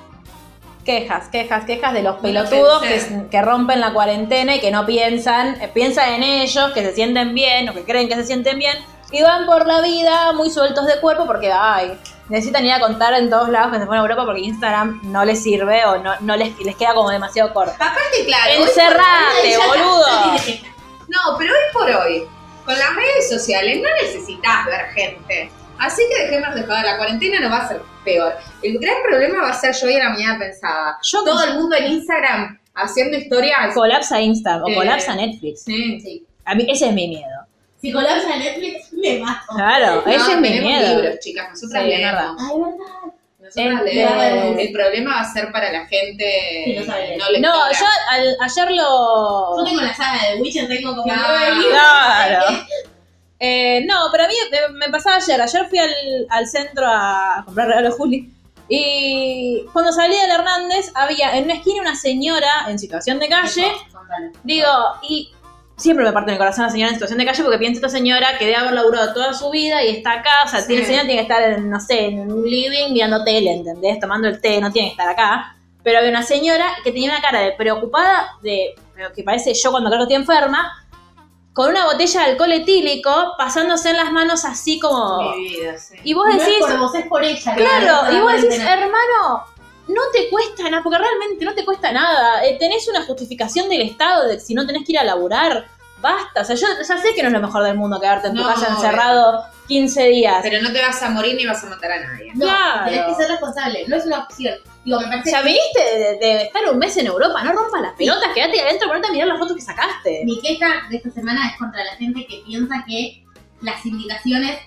[SPEAKER 1] Quejas, quejas, quejas de los pelotudos que, que rompen la cuarentena y que no piensan, eh, piensan en ellos, que se sienten bien o que creen que se sienten bien y van por la vida muy sueltos de cuerpo porque, ay, necesitan ir a contar en todos lados que se fueron a Europa porque Instagram no les sirve o no, no les, les queda como demasiado corto.
[SPEAKER 2] Aparte, claro. hoy
[SPEAKER 1] Encerrate,
[SPEAKER 2] por hoy ya-
[SPEAKER 1] boludo.
[SPEAKER 2] No, pero hoy por hoy, con las redes sociales, no necesitas ver gente. Así que dejémonos de joder, la cuarentena no va a ser peor. El gran problema va a ser yo hoy a la mañana pensaba.
[SPEAKER 1] Yo-
[SPEAKER 2] Todo el mundo en Instagram haciendo historias.
[SPEAKER 1] Colapsa Instagram
[SPEAKER 2] Eh.
[SPEAKER 1] o colapsa Netflix.
[SPEAKER 2] Sí.
[SPEAKER 1] A mí ese es mi miedo.
[SPEAKER 3] Si colapsa Netflix, me mato.
[SPEAKER 1] Claro,
[SPEAKER 2] No,
[SPEAKER 1] ese es mi
[SPEAKER 2] tenemos
[SPEAKER 1] miedo.
[SPEAKER 2] libros, chicas, nosotras
[SPEAKER 1] Sí, es
[SPEAKER 2] leemos.
[SPEAKER 3] Ay, verdad.
[SPEAKER 2] Nosotras
[SPEAKER 1] Eh,
[SPEAKER 2] leemos.
[SPEAKER 3] eh.
[SPEAKER 2] El problema va a ser para la gente
[SPEAKER 3] Sí, no sabe.
[SPEAKER 2] no lectora.
[SPEAKER 1] No, yo al- ayer
[SPEAKER 3] Yo
[SPEAKER 1] lo...
[SPEAKER 3] tengo la saga de Witcher, tengo como
[SPEAKER 2] Claro.
[SPEAKER 3] nueve libros.
[SPEAKER 1] Claro. Eh, no, pero a mí eh, me pasaba ayer. Ayer fui al, al centro a a comprar regalo a Juli. Y cuando salí del Hernández había en una esquina una señora en situación de calle.
[SPEAKER 3] Contalo.
[SPEAKER 1] Digo, y siempre me parte el corazón la señora en situación de calle porque pienso esta señora que debe haber laburado toda su vida y está acá. O sea,
[SPEAKER 2] Sí.
[SPEAKER 1] tiene, señora tiene que estar, en, no sé, en un living mirando tele, ¿entendés? Tomando el té, no tiene que estar acá. Pero había una señora que tenía una cara de preocupada, de pero que parece yo cuando creo que estoy enferma, con una botella de alcohol etílico pasándose en las manos así como...
[SPEAKER 2] Mi vida, sí.
[SPEAKER 1] Y vos
[SPEAKER 3] No
[SPEAKER 1] decís...
[SPEAKER 3] es por vos, es por ella.
[SPEAKER 1] Claro, y vos decís,
[SPEAKER 3] Realmente
[SPEAKER 1] hermano, no te cuesta nada, porque realmente no te cuesta nada. Eh, tenés una justificación del Estado de que si no tenés que ir a laburar, basta. O sea, yo ya sé que no es lo mejor del mundo quedarte en tu
[SPEAKER 2] No,
[SPEAKER 1] casa
[SPEAKER 2] obvio.
[SPEAKER 1] encerrado 15 días.
[SPEAKER 2] Pero no te vas a morir ni vas a matar a nadie.
[SPEAKER 3] No,
[SPEAKER 1] Claro.
[SPEAKER 3] tenés que ser responsable, no es una opción. Digo, me parece
[SPEAKER 1] Ya viniste de, de estar un mes en Europa, no rompas las pelotas, quédate adentro, ponete a mirar las fotos que sacaste.
[SPEAKER 3] mi queja de esta semana es contra la gente que piensa que las indicaciones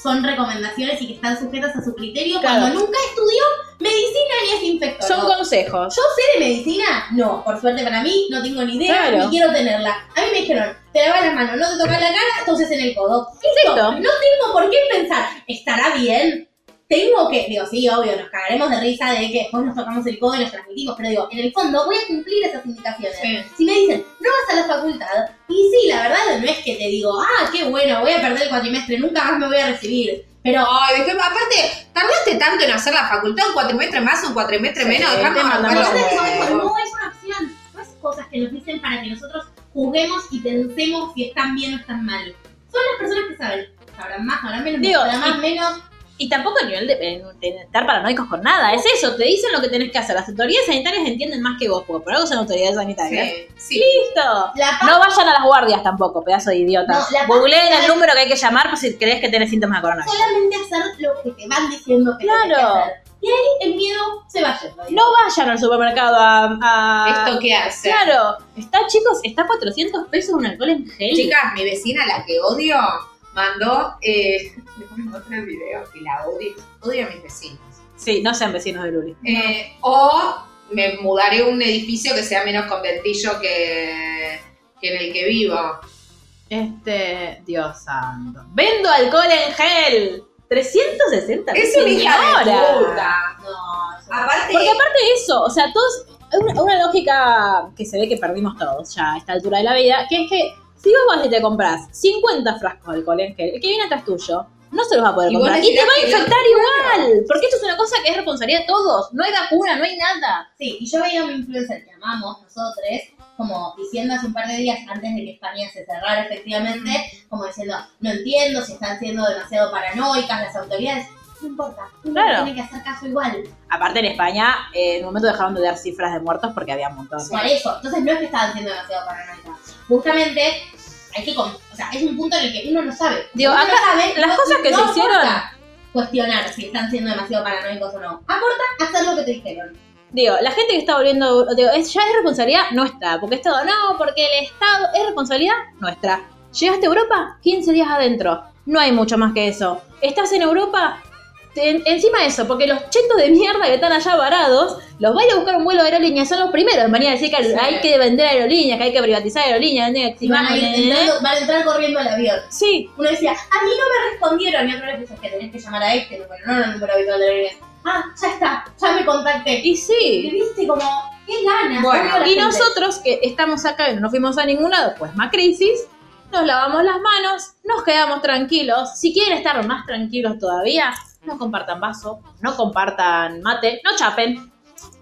[SPEAKER 3] son recomendaciones y que están sujetas a su criterio
[SPEAKER 1] Claro.
[SPEAKER 3] cuando nunca estudió medicina ni es infectólogo.
[SPEAKER 1] Son consejos.
[SPEAKER 3] Yo sé de medicina, no, por suerte para mí, no tengo ni idea,
[SPEAKER 1] Claro.
[SPEAKER 3] ni quiero tenerla. A mí me dijeron, te lavas la mano, no te tocas la cara, entonces en el codo. Listo.
[SPEAKER 1] Listo.
[SPEAKER 3] No tengo por qué pensar, ¿estará bien? Tengo que, digo, sí, obvio, nos cagaremos de risa de que después nos tocamos el codo y nos transmitimos, pero digo, en el fondo voy a cumplir esas indicaciones.
[SPEAKER 2] Sí.
[SPEAKER 3] Si me dicen, no vas a la facultad, y sí, la verdad no es que te digo, ah, qué bueno, voy a perder el cuatrimestre, nunca más me voy a recibir. Pero
[SPEAKER 2] Ay, dejé- aparte, tardaste tanto en hacer la facultad, un cuatrimestre más, un cuatrimestre
[SPEAKER 1] Sí,
[SPEAKER 2] menos,
[SPEAKER 1] te
[SPEAKER 2] dejamos
[SPEAKER 1] mandamos
[SPEAKER 2] armar los
[SPEAKER 1] a la
[SPEAKER 2] huevos.
[SPEAKER 3] Entonces, no es una opción. No es cosas que nos dicen para que nosotros juzguemos y pensemos si están bien o están mal. Son las personas que saben. Sabrán más, sabrán menos,
[SPEAKER 1] Digo,
[SPEAKER 3] sabrán más,
[SPEAKER 1] y-
[SPEAKER 3] menos.
[SPEAKER 1] Y tampoco a nivel de, eh, de estar paranoicos con nada, es eso, te dicen lo que tenés que hacer. Las autoridades sanitarias entienden más que vos, porque por algo son autoridades sanitarias.
[SPEAKER 2] Sí, sí.
[SPEAKER 1] Listo.
[SPEAKER 3] La paz,
[SPEAKER 1] No vayan a las guardias tampoco, pedazo de idiotas.
[SPEAKER 3] No, la-
[SPEAKER 1] Googleen el número que hay que llamar por si crees que tenés síntomas de coronavirus.
[SPEAKER 3] solamente hacer lo que te van diciendo que
[SPEAKER 1] Claro.
[SPEAKER 3] tenés que hacer. Y ahí el miedo se va yendo. ¿eh?
[SPEAKER 1] No vayan al supermercado a. a-
[SPEAKER 2] Esto que hace.
[SPEAKER 1] Claro, está chicos, está 400 pesos un alcohol en gel.
[SPEAKER 2] Chicas, mi vecina, la que odio, mandó. Eh, le voy a mostrar el video, que la odio. Odio a mis vecinos.
[SPEAKER 1] Sí, no sean vecinos de Luli.
[SPEAKER 2] Eh, o me mudaré a un edificio que sea menos conventillo que, que en el que vivo.
[SPEAKER 1] Este, Dios santo. Vendo alcohol en gel. 360
[SPEAKER 2] Es una hija de
[SPEAKER 1] señora.
[SPEAKER 2] puta.
[SPEAKER 3] No, eso-
[SPEAKER 2] Aparte,
[SPEAKER 1] Porque aparte de eso, o sea, todos. hay Una, una lógica que se ve que perdimos todos ya a esta altura de la vida, que es que si vos vas y te compras 50 frascos de alcohol en gel, el que viene atrás tuyo, no se los va a poder
[SPEAKER 2] Y vos
[SPEAKER 1] comprar. Y te
[SPEAKER 2] decías
[SPEAKER 1] va a
[SPEAKER 2] que no.
[SPEAKER 1] infectar igual. Porque esto es una cosa que es responsabilidad de todos. No hay vacuna, no hay nada.
[SPEAKER 3] Sí, y yo veía a un influencer que amamos nosotros, como diciendo hace un par de días antes de que España se cerrara efectivamente,
[SPEAKER 1] Mm.
[SPEAKER 3] como diciendo, no entiendo si están siendo demasiado paranoicas las autoridades. No importa, uno
[SPEAKER 1] Claro.
[SPEAKER 3] tiene que hacer caso igual.
[SPEAKER 1] Aparte en España, eh, en un momento dejaron de dar cifras de muertos porque había un montón.
[SPEAKER 3] Por eso, entonces no es que estaban siendo demasiado paranoicas. Justamente, hay que, con- o sea, es un punto en el que uno no sabe.
[SPEAKER 1] Digo,
[SPEAKER 3] Uno
[SPEAKER 1] acá
[SPEAKER 3] sabe,
[SPEAKER 1] las cosas que se hicieron-
[SPEAKER 3] aporta Cuestionar si están siendo demasiado paranoicos o no. Aporta hacer lo que te dijeron.
[SPEAKER 1] Digo, la gente que está volviendo, digo, es- ya es responsabilidad nuestra, porque Estado no, porque el Estado es responsabilidad nuestra. Llegaste a Europa, 15 días adentro, no hay mucho más que eso. Estás en Europa, te- en- encima de eso, porque los chetos de mierda que están allá varados, los va a ir a buscar un vuelo de aerolínea, son los primeros, en venir a decir que
[SPEAKER 2] Sí.
[SPEAKER 1] hay que vender aerolíneas, que hay que privatizar aerolíneas, que hay que
[SPEAKER 3] Y van, a ir
[SPEAKER 1] activar-
[SPEAKER 3] entrando- van a entrar corriendo al avión.
[SPEAKER 1] Sí,
[SPEAKER 3] Uno decía, a mí no me respondieron. Y otro le puso que tenés que llamar a este número, no al número habitual de la línea. Ah, ya está, ya me contacté.
[SPEAKER 1] y sí.
[SPEAKER 3] Y viste como, qué ganas.
[SPEAKER 2] Bueno,
[SPEAKER 3] odio a la
[SPEAKER 1] Y
[SPEAKER 3] gente.
[SPEAKER 1] nosotros que estamos acá y no nos fuimos a ningún lado, pues más crisis, nos lavamos las manos, nos quedamos tranquilos. Si quieren estar más tranquilos todavía, no compartan vaso, no compartan mate, no chapen.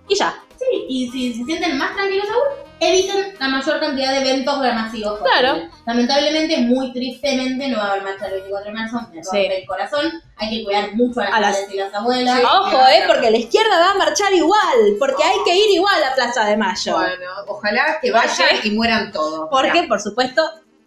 [SPEAKER 1] Y ya.
[SPEAKER 3] Sí, y si se sienten más tranquilos aún, eviten la mayor cantidad de eventos masivos. posible.
[SPEAKER 1] Claro.
[SPEAKER 3] Lamentablemente, muy tristemente, no va a haber marcha el 24 de marzo, me
[SPEAKER 1] Sí.
[SPEAKER 3] rompe el corazón. Hay que cuidar mucho a las,
[SPEAKER 1] A las-
[SPEAKER 3] abuelas y las abuelas.
[SPEAKER 1] Ojo, eh, porque la izquierda va a marchar igual, porque hay que ir igual a Plaza de Mayo.
[SPEAKER 2] Bueno, ojalá que vayan y mueran todos.
[SPEAKER 1] Porque, por supuesto,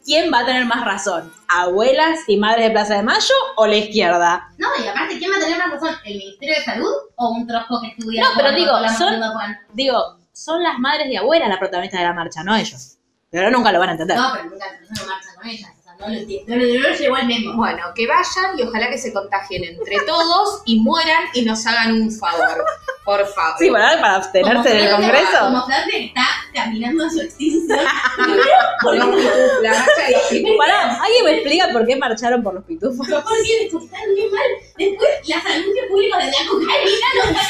[SPEAKER 1] ¿quién va a tener más razón? ¿Abuelas y madres de Plaza de Mayo o la izquierda?
[SPEAKER 3] No, y aparte, ¿quién va a tener más razón? ¿El Ministerio de Salud o un trozo que estuviera
[SPEAKER 1] No, pero
[SPEAKER 3] jugando
[SPEAKER 1] digo,
[SPEAKER 3] con la
[SPEAKER 1] son-
[SPEAKER 3] mano de Juan?
[SPEAKER 1] Digo, son las madres y abuelas las protagonistas de la marcha, no ellos. Pero nunca lo van a entender.
[SPEAKER 3] No, pero nunca no se marcha con ellas. O sea, no lo entiendo. No, lo- no lo llevó el memo.
[SPEAKER 2] Bueno, que vayan y ojalá que se contagien entre todos y mueran y nos hagan un favor. Por favor.
[SPEAKER 1] Sí, para, para
[SPEAKER 3] Como
[SPEAKER 1] abstenerse en el
[SPEAKER 3] Fran-
[SPEAKER 1] Congreso.
[SPEAKER 3] Como Fran que está caminando a su extinción.
[SPEAKER 2] La marcha de los pitufos.
[SPEAKER 1] Pará, ¿alguien me explica por qué marcharon por los pitufos?
[SPEAKER 3] Pero porque después están muy mal. Después, las anuncios públicos de la cocaína nos van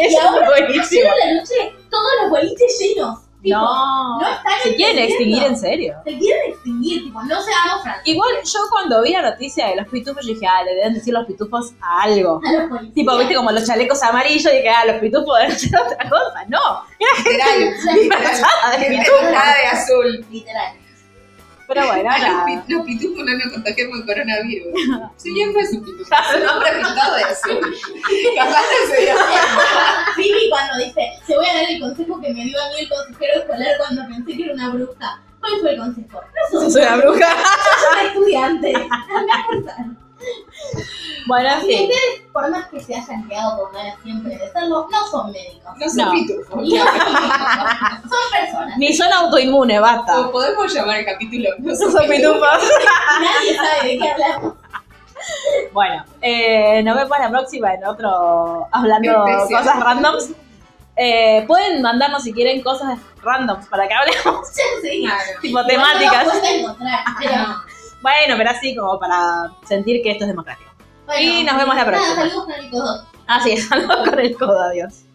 [SPEAKER 1] Eso
[SPEAKER 3] ahora,
[SPEAKER 1] es
[SPEAKER 3] a
[SPEAKER 1] buenísimo.
[SPEAKER 3] llenar la noche todos los boliches llenos. Tipo,
[SPEAKER 1] No,
[SPEAKER 3] no están
[SPEAKER 1] se quieren
[SPEAKER 3] entendiendo.
[SPEAKER 1] extinguir en serio.
[SPEAKER 3] Se quieren extinguir, tipo, no seamos francos.
[SPEAKER 1] Igual yo cuando vi la noticia de los pitufos, yo dije, ah, le deben decir los pitufos a algo.
[SPEAKER 3] A los policías.
[SPEAKER 1] Tipo, viste como los chalecos amarillos, y dije, ah, los pitufos deben ser otra cosa. No,
[SPEAKER 2] Literal.
[SPEAKER 1] disfrazada de pitufos.
[SPEAKER 2] Nada de azul.
[SPEAKER 3] Literal.
[SPEAKER 1] Pero bueno,
[SPEAKER 2] Ay, los,
[SPEAKER 1] nada.
[SPEAKER 2] pi- los pitufos no nos contagiamos con coronavirus. Si bien fue su pitufo. Su nombre pintado de azul. Capaz no se dio.
[SPEAKER 3] Vivi cuando dice, te voy a dar el consejo que me dio a mí el consejero escolar cuando pensé que era una bruja. ¿Cuál fue el consejo? No sos
[SPEAKER 1] Soy una bruja.
[SPEAKER 3] una estudiante. Hazme acordar.
[SPEAKER 1] Bueno, en
[SPEAKER 3] Y
[SPEAKER 1] fin.
[SPEAKER 3] ustedes, por más que se hayan quedado con ganas siempre de serlo, no son médicos.
[SPEAKER 2] No
[SPEAKER 1] No.
[SPEAKER 2] son pitufos.
[SPEAKER 3] Y no son médicos. Son personas.
[SPEAKER 1] Ni son autoinmunes, basta.
[SPEAKER 2] O podemos llamar el capítulo No
[SPEAKER 1] Son
[SPEAKER 2] son pitufos.
[SPEAKER 1] pitufos.
[SPEAKER 3] Nadie sabe de qué hablamos.
[SPEAKER 1] Bueno, eh, nos vemos la próxima en otro hablando
[SPEAKER 2] Especial.
[SPEAKER 1] cosas randoms. Eh, pueden mandarnos si quieren cosas randoms para que hablemos,
[SPEAKER 3] Sí.
[SPEAKER 1] tipo
[SPEAKER 3] No nos
[SPEAKER 1] temáticas.
[SPEAKER 3] cuesta encontrar, pero-
[SPEAKER 1] Bueno, pero así como para sentir que esto es democrático.
[SPEAKER 3] bueno,
[SPEAKER 1] Y nos vemos la próxima.
[SPEAKER 3] Nada, saludos con el codo.
[SPEAKER 1] Así es, saludos con el codo, adiós.